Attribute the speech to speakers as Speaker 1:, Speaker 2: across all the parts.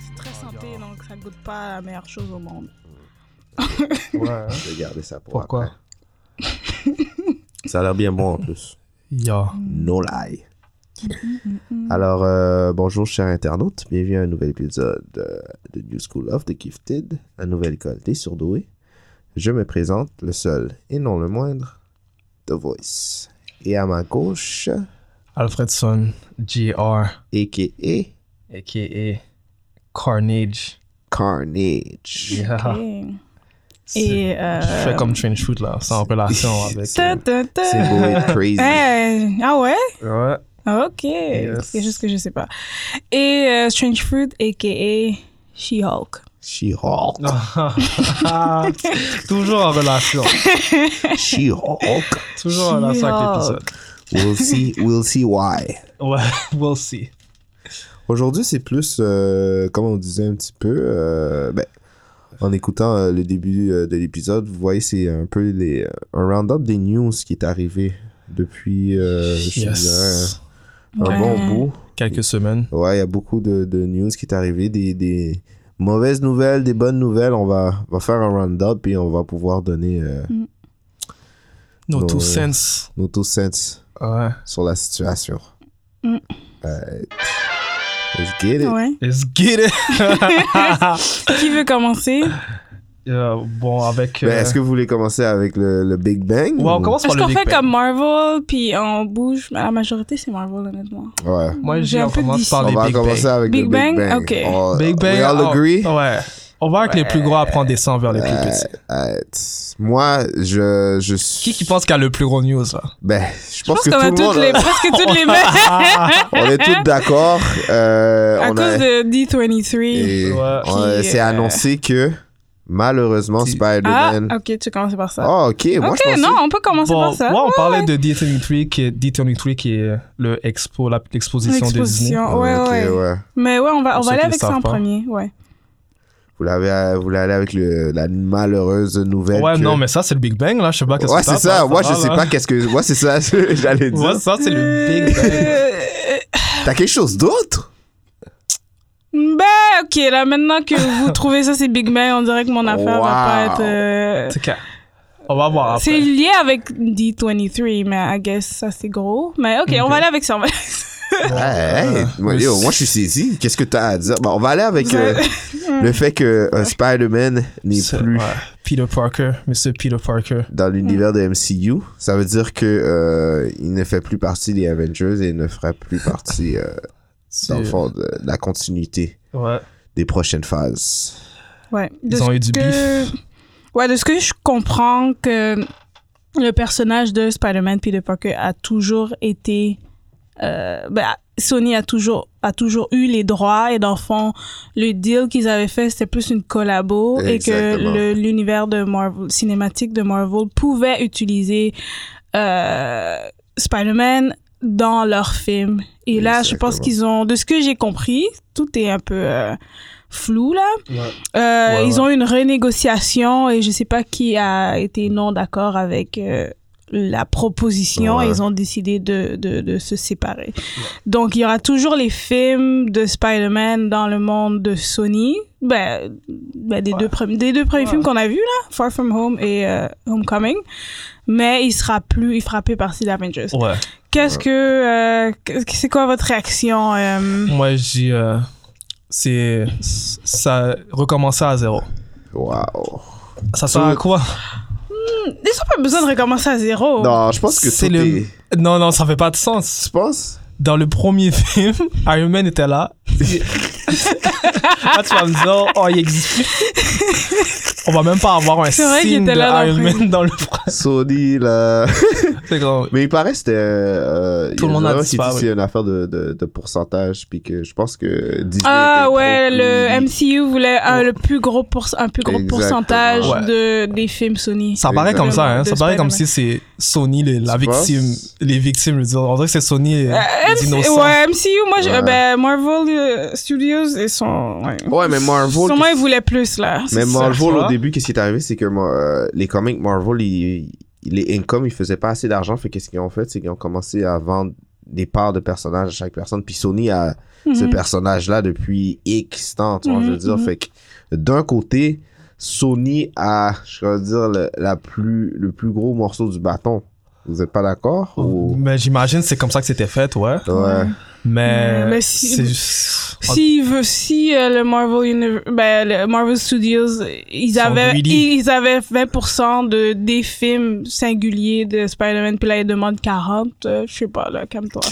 Speaker 1: C'est très synthé, donc ça goûte pas la meilleure chose au monde.
Speaker 2: Ouais.
Speaker 3: Je vais garder ça pour
Speaker 2: Pourquoi
Speaker 3: après. Ça a l'air bien bon en plus.
Speaker 2: Yo.
Speaker 3: No lie. Alors, euh, bonjour chers internautes, bienvenue à un nouvel épisode euh, de New School of the Gifted, la nouvelle école des surdoués. Je me présente, le seul et non le moindre, The Voice. Et à ma gauche,
Speaker 2: Alfredson, Jr.
Speaker 3: a.k.a.
Speaker 2: A.K.A. Carnage.
Speaker 3: Carnage.
Speaker 2: Yeah.
Speaker 1: Et-
Speaker 2: C'est-
Speaker 1: Et. euh,
Speaker 2: Je fais comme Train Shoot là, sans relation avec.
Speaker 1: ta,
Speaker 2: euh,
Speaker 1: ta, ta.
Speaker 3: C'est beau et crazy.
Speaker 1: Eh, ah ouais?
Speaker 2: Ouais.
Speaker 1: Ah, Ok. C'est juste que je sais pas. Et euh, Strange Fruit, a.k.a. She-Hulk.
Speaker 3: She-Hulk.
Speaker 2: Ah. Toujours en relation.
Speaker 3: She-Hulk.
Speaker 2: Toujours en relation avec l'épisode.
Speaker 3: We'll see, we'll see why.
Speaker 2: Ouais, we'll see.
Speaker 3: Aujourd'hui, c'est plus, euh, comme on disait un petit peu, euh, ben, en écoutant euh, le début euh, de l'épisode, vous voyez, c'est un peu les, euh, un round-up des news qui est arrivé depuis euh, je
Speaker 2: Yes.
Speaker 3: dirais, un, un
Speaker 1: Ouais.
Speaker 3: bon bout.
Speaker 2: Quelques semaines.
Speaker 3: Ouais, il y a beaucoup de, de news qui est arrivé, des, des mauvaises nouvelles, des bonnes nouvelles. On va, va faire un round-up et on va pouvoir donner euh,
Speaker 1: Mm.
Speaker 2: No
Speaker 3: Ouais.
Speaker 2: two cents.
Speaker 3: nos two cents
Speaker 2: Ouais.
Speaker 3: sur la situation.
Speaker 1: Mm.
Speaker 3: Alright. let's get it.
Speaker 1: Ouais.
Speaker 2: Let's get it.
Speaker 1: Qui veut commencer?
Speaker 2: Euh, bon, avec.
Speaker 3: Ben,
Speaker 2: euh,
Speaker 3: Est-ce que vous voulez commencer avec le, le Big Bang?
Speaker 2: Ouais, on
Speaker 3: ou-
Speaker 2: commence par
Speaker 1: Est-ce
Speaker 2: le
Speaker 1: qu'on
Speaker 2: Big
Speaker 1: fait
Speaker 2: Bang.
Speaker 1: comme Marvel, puis on bouge? La majorité, c'est Marvel, honnêtement.
Speaker 3: Ouais.
Speaker 2: Moi, je
Speaker 1: J'ai
Speaker 2: dis,
Speaker 1: un
Speaker 2: on
Speaker 1: peu de
Speaker 2: commence par
Speaker 3: On
Speaker 2: les
Speaker 3: va
Speaker 2: Big Bang.
Speaker 3: commencer avec
Speaker 1: Big
Speaker 3: le
Speaker 1: Bang?
Speaker 3: Big Bang.
Speaker 1: Ok.
Speaker 3: On-
Speaker 2: Big Bang.
Speaker 3: We all
Speaker 2: ah,
Speaker 3: agree?
Speaker 2: Ouais. On va avec les plus gros, après on descend vers les plus petits.
Speaker 3: Alright. Moi, je, je suis.
Speaker 2: Qui qui pense qu'il y a le plus gros news là
Speaker 3: Ben, je
Speaker 1: Je
Speaker 3: pense
Speaker 1: pense
Speaker 3: que
Speaker 1: qu'on
Speaker 3: tout
Speaker 1: a
Speaker 3: le monde. hein.
Speaker 1: toutes les, presque toutes les mêmes.
Speaker 3: On est tous d'accord. Euh,
Speaker 1: à
Speaker 3: on
Speaker 1: cause
Speaker 3: a-
Speaker 1: de D23.
Speaker 3: et-
Speaker 2: Ouais.
Speaker 3: on-
Speaker 1: Puis,
Speaker 3: C'est
Speaker 1: euh,
Speaker 3: annoncé que malheureusement
Speaker 2: Qui-
Speaker 1: Ah,
Speaker 3: Spider-Man.
Speaker 1: ok, tu commences par ça.
Speaker 3: Ah, ok. Moi,
Speaker 1: ok,
Speaker 3: je pensais.
Speaker 1: non, on peut commencer
Speaker 2: Bon,
Speaker 1: par ça.
Speaker 2: ouais, on parlait de D23 qui est, D23 qui est le expo, la- l'exposition de Disney.
Speaker 1: L'exposition, ouais,
Speaker 3: Ok,
Speaker 1: ouais.
Speaker 3: ouais.
Speaker 1: Mais ouais, on va, on va
Speaker 2: Pour ceux
Speaker 1: aller
Speaker 2: qui
Speaker 1: avec
Speaker 2: le
Speaker 1: ça en
Speaker 2: savent pas.
Speaker 1: premier, ouais.
Speaker 3: Vous l'avez, euh, vous l'avez avec le, la malheureuse nouvelle.
Speaker 2: Ouais,
Speaker 3: que-
Speaker 2: non, mais ça c'est le Big Bang là, je sais pas qu'est-ce
Speaker 3: Ouais,
Speaker 2: que t'as,
Speaker 3: c'est ça.
Speaker 2: là,
Speaker 3: Moi, je
Speaker 2: va,
Speaker 3: sais
Speaker 2: là.
Speaker 3: pas qu'est-ce que. Moi, c'est ça. J'allais dire.
Speaker 2: hein. Ouais, ça c'est le Big Bang.
Speaker 1: Euh,
Speaker 3: T'as quelque chose d'autre?
Speaker 1: ben, ok, là, maintenant que vous trouvez ça, c'est Big Bang, on dirait que mon affaire va pas
Speaker 3: Wow.
Speaker 1: être... euh,
Speaker 2: C'est que- On va voir
Speaker 1: C'est
Speaker 2: après.
Speaker 1: lié avec D23, mais I guess ça, c'est gros. Mais ok, on
Speaker 2: Ok.
Speaker 1: va aller avec ça. on va-
Speaker 3: Ah, hey, moi, yo, moi, je suis saisi. Qu'est-ce que t'as à dire? Bon, on va aller avec
Speaker 1: Vous
Speaker 3: euh, le fait que euh, Spider-Man n'est
Speaker 2: C'est-
Speaker 3: plus
Speaker 2: ouais. Peter Parker, Monsieur Peter Parker.
Speaker 3: dans l'univers de MCU. Ça veut dire que euh, il ne fait plus partie des Avengers et ne fera plus partie, euh, dans le
Speaker 2: C'est-
Speaker 3: fond, de la continuité
Speaker 2: Ouais.
Speaker 3: des prochaines phases.
Speaker 1: Ouais. De
Speaker 2: Ils
Speaker 1: ce
Speaker 2: ont eu du
Speaker 1: que- Ouais, de ce que je comprends que le personnage de Spider-Man Peter Parker a toujours été euh, ben, Sony a toujours a toujours eu les droits et dans le fond le deal qu'ils avaient fait c'était plus une collabo
Speaker 3: Exactement.
Speaker 1: et que le- l'univers de Marvel cinématique de Marvel pouvait utiliser euh, Spider-Man dans leur film. Et là, je pense
Speaker 3: Exactement.
Speaker 1: qu'ils ont, de ce que j'ai compris, tout est un peu euh, flou là.
Speaker 2: Ouais.
Speaker 1: Euh,
Speaker 2: Ouais,
Speaker 1: ils
Speaker 2: ouais.
Speaker 1: ont eu une renégociation et je sais pas qui a été non d'accord avec euh, la proposition
Speaker 3: Ouais.
Speaker 1: et ils ont décidé de, de, de se séparer. Donc il y aura toujours les films de Spider-Man dans le monde de Sony, ben, ben, des,
Speaker 2: Ouais.
Speaker 1: deux premi- des deux premiers
Speaker 2: Ouais.
Speaker 1: films qu'on a vus là, Far From Home et euh, Homecoming, mais il sera plus, il fera plus partie d'Avengers.
Speaker 2: Ouais.
Speaker 1: Qu'est-ce que, euh, qu'est-ce que- c'est quoi votre réaction euh,
Speaker 2: Moi, je dis, euh, c'est ça recommencer à zéro.
Speaker 3: Wow.
Speaker 1: Oh.
Speaker 2: Ça sert à
Speaker 3: Sur-
Speaker 2: quoi
Speaker 1: Ils ont pas besoin de recommencer à zéro.
Speaker 3: Non, je pense que
Speaker 2: C'est
Speaker 3: tout
Speaker 2: le-
Speaker 3: est-
Speaker 2: Non, non, ça fait pas de sens.
Speaker 3: Tu penses?
Speaker 2: Dans le premier film, Iron Man était là. Là, tu vas me dire, oh, il existe plus. On va même pas avoir un
Speaker 1: C'est vrai qu'il
Speaker 2: signe de
Speaker 1: était là dans
Speaker 2: Iron
Speaker 1: le
Speaker 2: Man dans le front.
Speaker 3: Sony, là.
Speaker 2: C'est grand.
Speaker 3: Mais il paraît que c'était. euh,
Speaker 2: Tout
Speaker 3: il y
Speaker 2: le monde a
Speaker 3: vraiment
Speaker 2: dit
Speaker 3: qui
Speaker 2: ça,
Speaker 3: dit
Speaker 2: oui.
Speaker 3: C'est une affaire de, de, de pourcentage, puis que je pense que Disney.
Speaker 1: Ah
Speaker 3: était
Speaker 1: ouais,
Speaker 3: trop
Speaker 1: le
Speaker 3: greedy.
Speaker 1: MCU voulait un, le plus gros pourc- un plus gros
Speaker 3: Exactement.
Speaker 1: pourcentage
Speaker 2: Ouais.
Speaker 1: de, des films Sony.
Speaker 2: Ça paraît comme ça, hein.
Speaker 1: De
Speaker 2: Ça paraît comme si
Speaker 1: Spider-Man.
Speaker 2: c'est Sony, les- la
Speaker 3: Tu penses?
Speaker 2: victime. Les victimes, je veux dire. On dirait que c'est Sony,
Speaker 1: Euh,
Speaker 2: euh, les,
Speaker 1: MC
Speaker 2: les innocents.
Speaker 1: ouais, MCU, moi, je-
Speaker 3: Ouais.
Speaker 1: ben, Marvel euh, Studios, ils sont. Ouais.
Speaker 3: Ouais, mais Marvel.
Speaker 1: Sûrement, ils voulaient plus, là.
Speaker 3: Mais
Speaker 1: C'est ça.
Speaker 3: Marvel,
Speaker 2: tu vois.
Speaker 3: au début, qu'est-ce qui est arrivé, c'est que euh, les comics Marvel, ils- ils- les income, ils faisaient pas assez d'argent. Fait qu'est-ce qu'ils ont fait, c'est qu'ils ont commencé à vendre des parts de personnages à chaque personne. Puis Sony a ce
Speaker 1: Mhm.
Speaker 3: personnage-là depuis X temps, tu vois, je veux
Speaker 1: Mhm,
Speaker 3: dire.
Speaker 1: mhm.
Speaker 3: Fait que d'un côté, Sony a, je veux dire, le, la plus, le plus gros morceau du bâton. Vous êtes pas d'accord? ou-
Speaker 2: Mais j'imagine que c'est comme ça que c'était fait, Oh, ouais.
Speaker 3: Ouais.
Speaker 2: Mais.
Speaker 1: Euh, Mais si-
Speaker 2: c'est juste-
Speaker 1: Si, il veut- si euh, le, Marvel Univ- ben, le Marvel Studios, ils
Speaker 2: sont
Speaker 1: avaient,
Speaker 2: greedy.
Speaker 1: ils, ils avaient 20% de, des films singuliers de Spider-Man, puis là, ils demandent 40. euh, je sais pas, là, calme-toi.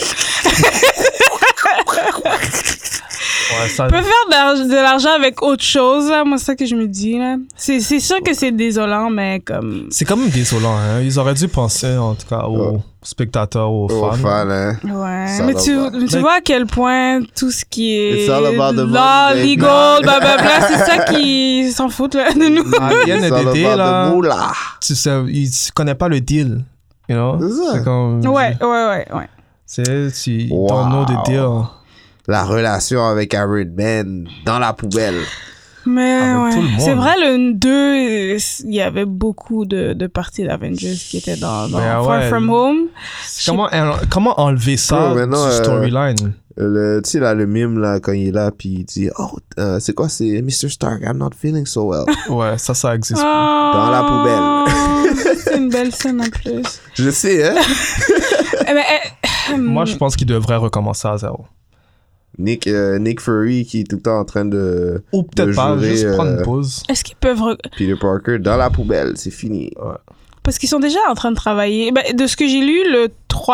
Speaker 2: Ouais, ça-
Speaker 1: On peut faire de l'arg- de l'argent avec autre chose, là. Moi, c'est ça que je me dis, là. C'est c'est sûr que c'est désolant, mais comme.
Speaker 2: C'est quand même désolant, hein. Ils auraient dû penser, en tout cas, aux
Speaker 3: Ouais.
Speaker 2: spectateurs, aux
Speaker 3: Au
Speaker 2: fans.
Speaker 3: fan, hein.
Speaker 1: Ouais.
Speaker 3: Ça
Speaker 1: mais
Speaker 3: va
Speaker 1: tu,
Speaker 3: pas.
Speaker 1: tu
Speaker 2: Mais-
Speaker 1: vois à quel point tout ce qui est.
Speaker 3: It's all about the money,
Speaker 1: law,
Speaker 3: baby.
Speaker 1: legal, blablabla, c'est ça qui s'en foutent, là, de nous.
Speaker 2: Ah, il y en a
Speaker 3: It's all
Speaker 2: des deals,
Speaker 3: about the
Speaker 2: là.
Speaker 3: moolah.
Speaker 2: Tu sais, ils tu connais pas le deal. You know?
Speaker 3: C'est ça.
Speaker 2: comme.
Speaker 1: Ouais, ouais, ouais, ouais.
Speaker 2: Tu sais, tu.
Speaker 3: Wow.
Speaker 2: Ton nom de deal.
Speaker 3: La relation avec Iron Man dans la poubelle.
Speaker 1: Mais
Speaker 2: Avec Ah, tout
Speaker 1: ouais.
Speaker 2: le monde.
Speaker 1: C'est vrai, le 2, il y avait beaucoup de, de parties d'Avengers qui étaient dans, dans
Speaker 2: Ben
Speaker 1: Far
Speaker 2: ouais.
Speaker 1: From Home.
Speaker 2: Comment, comment enlever ça
Speaker 3: Bro, maintenant,
Speaker 2: du
Speaker 3: euh,
Speaker 2: storyline?
Speaker 3: Euh, le- tu sais, là, le mime, là, quand il est là, puis il dit Oh, euh, c'est quoi, c'est Mr. Stark, I'm not feeling so well.
Speaker 2: Ouais, ça, ça existe.
Speaker 1: Dans
Speaker 3: la poubelle.
Speaker 1: Ah, C'est une belle scène en plus.
Speaker 3: je sais, hein.
Speaker 1: Eh ben, eh,
Speaker 2: Moi, je pense qu'il devrait recommencer à zéro.
Speaker 3: Nick, euh, Nick Fury qui est tout le temps en train de.
Speaker 2: Ou peut-être
Speaker 3: De
Speaker 2: pas,
Speaker 3: jurer,
Speaker 2: juste prendre une
Speaker 3: euh,
Speaker 2: pause.
Speaker 1: Est-ce qu'ils peuvent. re-
Speaker 3: Peter Parker dans la poubelle, c'est fini.
Speaker 1: Parce qu'ils sont déjà en train de travailler. Ben, de ce que j'ai lu, le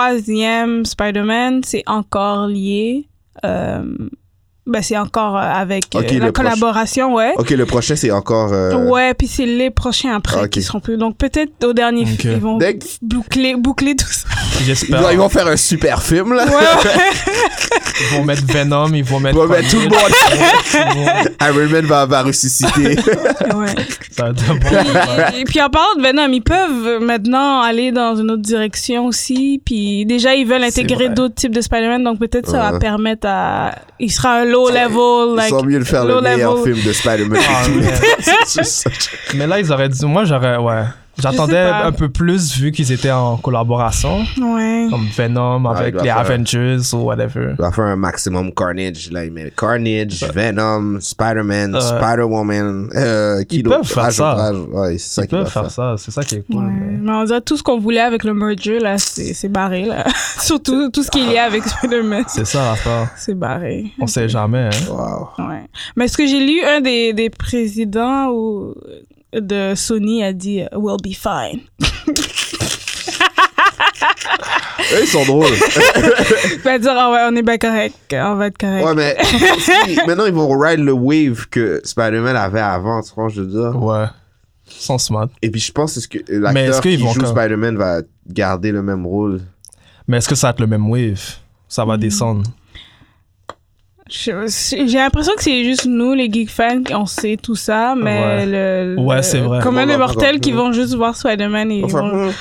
Speaker 1: troisième Spider-Man, c'est encore lié. Euh, ben, c'est encore euh, avec euh,
Speaker 3: Ok,
Speaker 1: la
Speaker 3: le proche-
Speaker 1: collaboration, ouais.
Speaker 3: Ok, le prochain, c'est encore. euh,
Speaker 1: Ouais, puis c'est les prochains après
Speaker 3: Ok.
Speaker 1: qui seront plus. Donc peut-être au dernier
Speaker 2: Ok.
Speaker 1: film, ils vont
Speaker 3: Dès que-
Speaker 1: boucler, boucler tout ça.
Speaker 3: Ils
Speaker 2: J'espère.
Speaker 3: vont, ils vont faire un super film, là.
Speaker 1: Ouais, ouais.
Speaker 2: Ils vont mettre Venom, ils vont
Speaker 3: Ils
Speaker 2: mettre.
Speaker 3: vont mettre tout le monde.
Speaker 2: monde.
Speaker 3: Iron Man va, va ressusciter.
Speaker 1: ouais.
Speaker 2: Ça va être bon.
Speaker 1: Puis, puis en parlant de Venom, ils peuvent maintenant aller dans une autre direction aussi. Puis déjà, ils veulent
Speaker 2: C'est
Speaker 1: intégrer
Speaker 2: vrai.
Speaker 1: d'autres types de Spider-Man. Donc peut-être ça va
Speaker 3: Ouais.
Speaker 1: permettre à. Il sera un low level.
Speaker 3: Ils
Speaker 1: Like,
Speaker 3: sont mieux de faire le
Speaker 1: low
Speaker 3: meilleur
Speaker 1: level. Oh,
Speaker 3: film de Spider-Man.
Speaker 2: Ah,
Speaker 3: et tout.
Speaker 2: man.
Speaker 3: C'est juste-
Speaker 2: Mais là, ils auraient dit. Moi, j'aurais. Ouais. J'attendais
Speaker 1: Je sais pas.
Speaker 2: un peu plus vu qu'ils étaient en collaboration,
Speaker 1: Ouais.
Speaker 2: comme Venom
Speaker 3: Ah, il
Speaker 2: avec
Speaker 3: doit
Speaker 2: les
Speaker 3: faire-
Speaker 2: Avengers ou whatever.
Speaker 3: Il va faire un maximum Carnage. Là, il met Carnage, Venom, Spider-Man,
Speaker 2: Euh,
Speaker 3: Spider-Woman. Euh, qui
Speaker 2: ils
Speaker 3: d'autre?
Speaker 2: peuvent faire
Speaker 3: Rage
Speaker 2: ça.
Speaker 3: of Rage. Ouais, c'est ça
Speaker 2: Ils
Speaker 3: qu'ils
Speaker 2: peuvent
Speaker 3: peuvent
Speaker 2: faire ça, c'est ça qui est cool.
Speaker 1: Ouais.
Speaker 2: mais-
Speaker 1: Mais on dirait tout ce qu'on voulait avec le merger, là, c'est c'est barré, là. Surtout tout ce qu'il y a avec Spider-Man,
Speaker 2: C'est ça l'affaire.
Speaker 1: c'est barré.
Speaker 2: On sait jamais. Hein.
Speaker 3: Wow.
Speaker 1: Ouais. Mais ce que j'ai lu, un des, des présidents ou de Sony a dit euh, We'll be fine.
Speaker 3: Eux, ils sont drôles.
Speaker 1: Il va dire Ah ouais, on est bien correct, on va être correct.
Speaker 3: ouais, mais si, maintenant, ils vont ride le wave que Spider-Man avait avant, tu vois, je veux dire.
Speaker 2: Ouais. Sans smart.
Speaker 3: Et puis, je pense que, ce que
Speaker 2: Mais est-ce
Speaker 3: l'acteur qui
Speaker 2: qu'ils vont
Speaker 3: joue
Speaker 2: quand-
Speaker 3: Spider-Man va garder le même rôle.
Speaker 2: Mais est-ce que ça va être le même wave Ça
Speaker 1: Mm.
Speaker 2: va descendre.
Speaker 1: Je- J'ai l'impression que c'est juste nous, les geek fans, qui- on sait tout ça, mais
Speaker 2: Ouais.
Speaker 1: le. le-
Speaker 2: Ouais, c'est vrai.
Speaker 1: Combien
Speaker 3: Tout
Speaker 1: de
Speaker 3: le monde va
Speaker 1: mortels
Speaker 3: voir.
Speaker 1: qui vont juste voir Spider-Man et ils
Speaker 3: bah, Enfin,
Speaker 1: vont.
Speaker 3: hmm,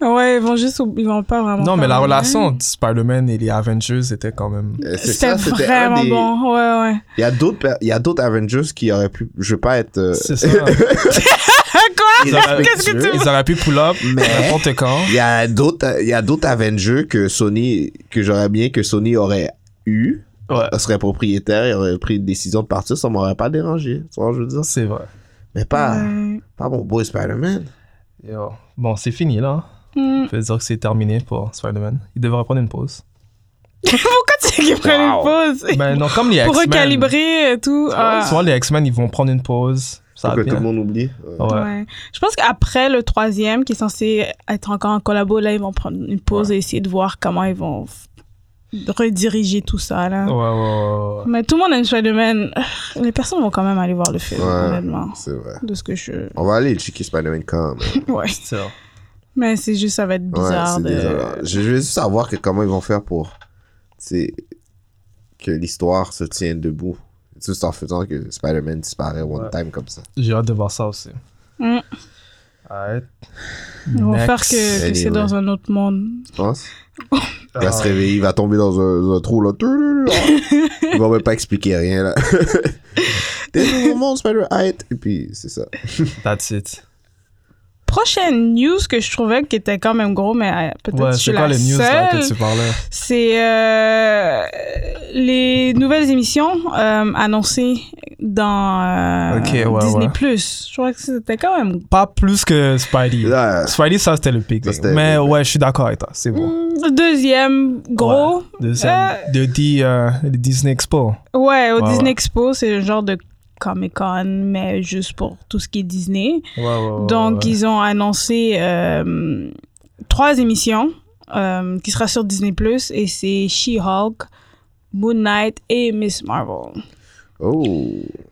Speaker 1: Ouais, ils vont juste. Ils vont pas vraiment.
Speaker 2: Non, mais
Speaker 1: faire
Speaker 2: la
Speaker 1: le-
Speaker 2: relation entre Spider-Man et les Avengers était quand même.
Speaker 3: euh, c'est
Speaker 1: C'était
Speaker 3: ça, c'était un
Speaker 1: vraiment
Speaker 3: des-
Speaker 1: bon. Ouais, ouais.
Speaker 3: Il y a d'autres per- il y a d'autres Avengers qui auraient pu. Je veux pas être. euh,
Speaker 2: C'est ça. Ils auraient,
Speaker 1: Hein, Quoi? Qu'est-ce que tu veux?
Speaker 2: ils auraient pu pull-up
Speaker 3: Mais-
Speaker 2: n'importe quand.
Speaker 3: Il y a d'autres, il y a d'autres Avengers que Sony, que j'aurais bien que Sony aurait eu,
Speaker 2: Ouais.
Speaker 3: serait propriétaire, et aurait pris une décision de partir, ça m'aurait pas dérangé. Tu vois, ce que je veux dire.
Speaker 2: C'est vrai.
Speaker 3: Mais pas,
Speaker 1: Ouais.
Speaker 3: pas mon boy Spider-Man.
Speaker 2: Yo. Bon, c'est fini là.
Speaker 1: Hmm.
Speaker 2: On peut dire que c'est terminé pour Spider-Man. Il devrait prendre une pause.
Speaker 1: Pourquoi tu dis qu'ils prennent
Speaker 3: Wow.
Speaker 1: une pause?
Speaker 2: Mais non, comme Ben, les X-Men.
Speaker 1: Pour recalibrer et tout. ah.
Speaker 2: Souvent, les X-Men, ils vont prendre une pause. Ça
Speaker 3: Faut
Speaker 2: va
Speaker 3: que tout le
Speaker 2: bien.
Speaker 3: monde oublie. Ouais.
Speaker 2: Ouais.
Speaker 1: Ouais. Je pense qu'après le troisième, qui est censé être encore en collabo, là, ils vont prendre une pause et essayer de voir comment ils vont f- rediriger tout ça, là.
Speaker 2: Ouais, ouais, ouais, ouais.
Speaker 1: Mais tout le monde aime Spider-Man. Les personnes vont quand même aller voir le film,
Speaker 3: Ouais.
Speaker 1: honnêtement.
Speaker 3: C'est vrai.
Speaker 1: De ce que je.
Speaker 3: On va aller checker Spider-Man quand même.
Speaker 1: Ouais.
Speaker 2: C'est ça.
Speaker 1: Mais c'est juste, ça va être bizarre.
Speaker 3: c'est
Speaker 1: de...
Speaker 3: désolant. Je je veux juste savoir que comment ils vont faire pour tu sais, que l'histoire se tienne debout. Juste en faisant que Spider-Man disparaît one
Speaker 2: Ouais.
Speaker 3: time comme ça.
Speaker 2: J'ai hâte de voir ça aussi.
Speaker 1: Mm.
Speaker 2: Alright.
Speaker 1: Ils vont
Speaker 2: Next.
Speaker 1: faire que, que c'est
Speaker 3: Anyway.
Speaker 1: dans un autre monde.
Speaker 3: Tu penses Il va
Speaker 2: Ah,
Speaker 3: se réveiller, il va tomber dans un, dans un trou là. Ils vont même pas expliquer rien là. T'es nouveau monde, Spider-Man. Arrête. Et puis c'est ça.
Speaker 2: That's it.
Speaker 1: Prochaine news que je trouvais qui était quand même gros, mais euh, peut-être
Speaker 2: Ouais,
Speaker 1: je suis
Speaker 2: c'est quoi
Speaker 1: la
Speaker 2: les news là,
Speaker 1: seule.
Speaker 2: que tu parlais
Speaker 1: C'est euh, les nouvelles émissions euh, annoncées dans euh,
Speaker 2: Ok, ouais,
Speaker 1: Disney+.
Speaker 2: ouais.
Speaker 1: Je trouvais que c'était quand même...
Speaker 2: Pas plus que Spidey.
Speaker 3: Là,
Speaker 2: Spidey, ça c'était le pic.
Speaker 3: Ça, c'était
Speaker 2: Mais
Speaker 3: le pic.
Speaker 2: ouais, je suis d'accord avec toi. C'est bon.
Speaker 1: Le deuxième gros...
Speaker 2: Deuxième, de, D, euh, le Disney Expo.
Speaker 1: Ouais, au
Speaker 2: Ouais,
Speaker 1: Disney
Speaker 2: ouais.
Speaker 1: Expo, c'est le genre de Comic-Con, mais juste pour tout ce qui est Disney.
Speaker 2: Ouais, ouais, ouais,
Speaker 1: Donc,
Speaker 2: ouais.
Speaker 1: ils ont annoncé euh, trois émissions euh, qui sera sur Disney+, et c'est She-Hulk, Moon Knight et Miss Marvel.
Speaker 3: oh.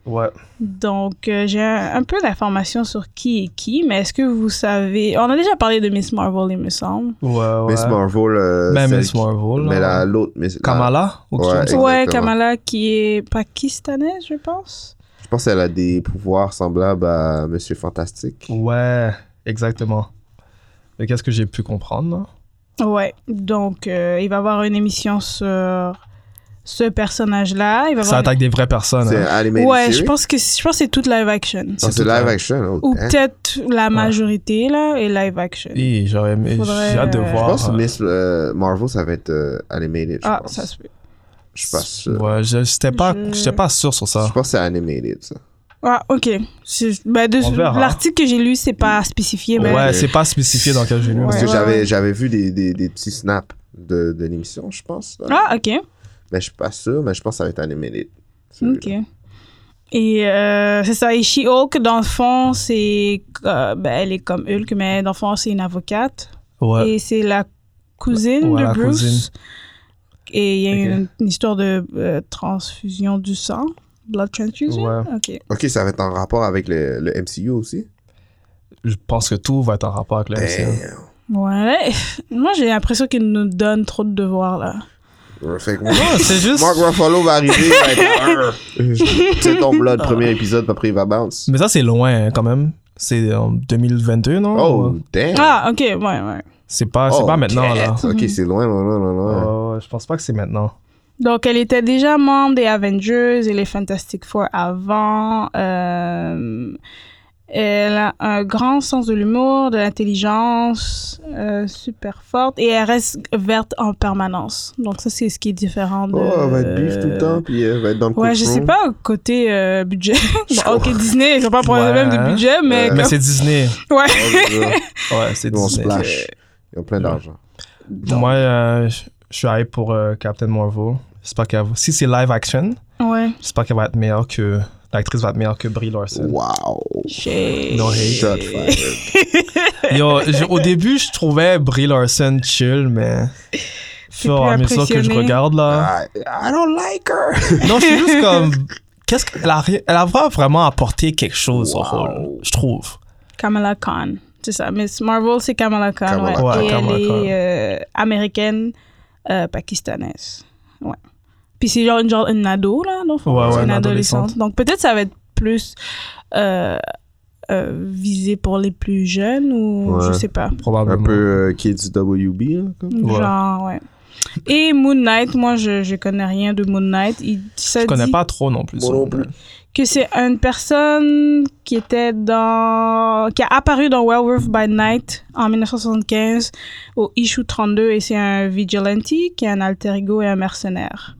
Speaker 2: Ouais.
Speaker 1: Donc, euh, j'ai un, un peu d'informations sur qui est qui, mais est-ce que vous savez... On a déjà parlé de Miss Marvel, il me semble.
Speaker 2: Ouais, ouais.
Speaker 3: Miss Marvel. euh,
Speaker 2: Ben,
Speaker 3: celle
Speaker 2: Miss
Speaker 3: qui-
Speaker 2: Marvel. là.
Speaker 3: Mais la- l'autre. Miss- la-
Speaker 2: Kamala ou quelque
Speaker 3: Ouais.
Speaker 2: chose comme ça?
Speaker 1: Ouais,
Speaker 3: Exactement.
Speaker 1: Kamala qui est pakistanaise, je pense.
Speaker 3: Je pense qu'elle a des pouvoirs semblables à Monsieur Fantastique.
Speaker 2: Ouais, exactement. Mais qu'est-ce que j'ai pu comprendre là?
Speaker 1: Ouais, donc euh, il va y avoir une émission sur ce personnage-là. Il va y
Speaker 2: Ça
Speaker 1: avoir...
Speaker 2: attaque des vraies personnes.
Speaker 3: C'est
Speaker 2: hein.
Speaker 3: animé.
Speaker 1: Ouais, je pense que je pense que c'est toute live action.
Speaker 3: Non, c'est
Speaker 2: tout
Speaker 3: live
Speaker 2: à-
Speaker 3: action. Oh,
Speaker 1: Ou
Speaker 3: damn.
Speaker 1: peut-être la majorité, là, est live action.
Speaker 2: Et j'aurais aimé-
Speaker 1: Faudrait,
Speaker 2: j'ai hâte de
Speaker 1: euh,
Speaker 3: Je
Speaker 2: voir.
Speaker 3: pense que
Speaker 2: euh,
Speaker 3: Miss euh, Marvel, ça va être euh, animated. Je
Speaker 1: Ah,
Speaker 3: pense.
Speaker 1: ça se peut.
Speaker 3: Je suis pas sûr.
Speaker 2: Ouais, je- j'étais pas,
Speaker 1: Je-
Speaker 2: j'étais pas sûr sur
Speaker 3: Je
Speaker 2: ça.
Speaker 3: pense que c'est animated, ça.
Speaker 1: Ah, ok. C'est- ben, de-
Speaker 2: On verra.
Speaker 1: L'article que j'ai lu, c'est pas spécifié, mais...
Speaker 2: Ouais, c'est pas spécifié dans quel jeu.
Speaker 1: Ouais.
Speaker 3: Parce que
Speaker 1: ouais,
Speaker 3: j'avais,
Speaker 1: ouais.
Speaker 3: j'avais vu des, des, des petits snaps de, de l'émission, je pense. là.
Speaker 1: Ah, ok.
Speaker 3: Mais Ben, je suis pas sûr, mais je pense que ça va être animated. celui-là.
Speaker 1: Ok. Et euh, c'est ça. Et She-Hulk, dans le fond, c'est... euh, ben, elle est comme Hulk, mais dans le fond, c'est une avocate.
Speaker 2: Ouais.
Speaker 1: Et c'est la cousine
Speaker 2: Ouais,
Speaker 1: de
Speaker 2: la
Speaker 1: Bruce.
Speaker 2: cousine.
Speaker 1: Et il y a
Speaker 2: Ok.
Speaker 1: une, une histoire de euh, transfusion du sang. Blood transfusion?
Speaker 2: Ouais.
Speaker 1: Ok.
Speaker 3: Ok, ça va être en rapport avec le, le MCU aussi.
Speaker 2: Je pense que tout va être en rapport
Speaker 3: Ben,
Speaker 2: avec la MCU.
Speaker 3: Damn.
Speaker 1: Ouais. Moi, j'ai l'impression qu'ils nous donnent trop de devoirs, là.
Speaker 3: Fait que moi,
Speaker 1: Ah,
Speaker 2: Non, c'est juste.
Speaker 3: Mark Ruffalo va arriver. il va être, Arr. c'est ton blood, premier épisode, puis après il va bounce.
Speaker 2: Mais ça, c'est loin hein, quand même. C'est en 2022, non
Speaker 3: Oh, damn.
Speaker 1: Ah, ok, ouais, ouais.
Speaker 2: C'est pas, Ah, c'est
Speaker 3: Oh,
Speaker 2: pas maintenant,
Speaker 3: damn.
Speaker 2: là.
Speaker 3: Ok, c'est loin, loin, loin, loin, loin.
Speaker 2: Ouais, je pense pas que c'est maintenant.
Speaker 1: Donc, elle était déjà membre des Avengers et les Fantastic Four avant. Euh, elle a un grand sens de l'humour, de l'intelligence, euh, super forte, et elle reste verte en permanence. Donc, ça, c'est ce qui est différent de.
Speaker 3: Oh, elle va être beef tout le temps, puis euh, elle va être dans le
Speaker 1: Ouais, je
Speaker 3: control.
Speaker 1: sais pas, côté euh, budget.
Speaker 3: Je
Speaker 1: Bon, ok, Disney, ils ont pas un problème
Speaker 2: Ouais.
Speaker 1: de budget, mais.
Speaker 2: Mais
Speaker 1: comme-
Speaker 2: c'est Disney.
Speaker 1: Ouais.
Speaker 2: Ouais, c'est
Speaker 3: Nous, on
Speaker 2: Disney.
Speaker 3: splash. Ils ont plein d'argent.
Speaker 2: Moi, euh, je je suis hype pour euh, Captain Marvel. J'espère qu'elle va- Si c'est live action,
Speaker 1: Ouais.
Speaker 2: j'espère qu'elle va être meilleure que. L'actrice va être meilleure que Brie Larson.
Speaker 3: Wow.
Speaker 1: Shit.
Speaker 2: No hate.
Speaker 3: Shot fired.
Speaker 2: Yo, je- au début, je trouvais Brie Larson chill, mais.
Speaker 1: T'es
Speaker 2: Fur et
Speaker 1: plus
Speaker 2: à mesure que je
Speaker 1: impressionné.
Speaker 2: regarde là.
Speaker 3: I, I don't like her.
Speaker 2: Non, je suis juste comme. Qu'est-ce qu'elle a, ri- elle a pas vraiment apporté quelque chose au
Speaker 3: Wow.
Speaker 2: rôle, je trouve.
Speaker 1: Kamala Khan. C'est ça. Miss Marvel, c'est Kamala Khan.
Speaker 3: Kamala
Speaker 1: ouais.
Speaker 2: Khan.
Speaker 1: Et
Speaker 2: Ouais, Kamala
Speaker 1: elle
Speaker 2: Khan.
Speaker 1: est euh, américaine, euh, pakistanaise. Ouais. Puis c'est genre une, genre une ado, là, dans le fond.
Speaker 2: Ouais,
Speaker 1: C'est
Speaker 2: ouais,
Speaker 1: une
Speaker 2: une
Speaker 1: adolescente.
Speaker 2: adolescente.
Speaker 1: Donc peut-être ça va être plus euh, euh, visé pour les plus jeunes ou je
Speaker 3: Ouais.
Speaker 1: sais pas.
Speaker 2: Probablement.
Speaker 3: Un peu euh, qui est du WB. hein, comme.
Speaker 2: Ouais.
Speaker 1: Genre, ouais. Et Moon Knight, moi je, je connais rien de Moon Knight. Il, ça
Speaker 2: Je connais
Speaker 1: dit
Speaker 2: pas trop non plus.
Speaker 3: Moi non plus.
Speaker 1: que c'est une personne qui était dans qui a apparu dans Werewolf by Night en 1975 au issue 32 et c'est un vigilante qui est un alter ego et un mercenaire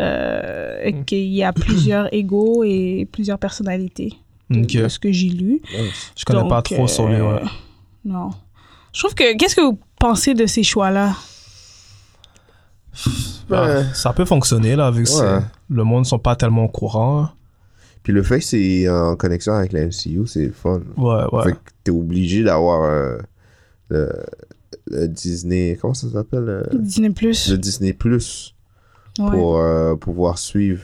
Speaker 1: euh, et qu'il y a plusieurs égos et plusieurs personnalités
Speaker 2: Ok.
Speaker 1: de ce que j'ai lu
Speaker 2: euh, Je connais pas
Speaker 1: Donc,
Speaker 2: trop sur lui, ouais.
Speaker 1: euh, non je trouve que qu'est-ce que vous pensez de ces choix là
Speaker 2: Ah, Ça peut fonctionner là, vu que
Speaker 3: Ouais.
Speaker 2: c'est- le monde sont pas tellement au courant.
Speaker 3: Puis le fait que c'est en connexion avec la MCU, c'est le fun.
Speaker 2: Ouais, ouais.
Speaker 3: Fait que t'es obligé d'avoir euh, le- le Disney. Comment ça s'appelle euh,
Speaker 1: Disney Plus.
Speaker 3: Le Disney Plus
Speaker 1: Ouais.
Speaker 3: pour euh, pouvoir suivre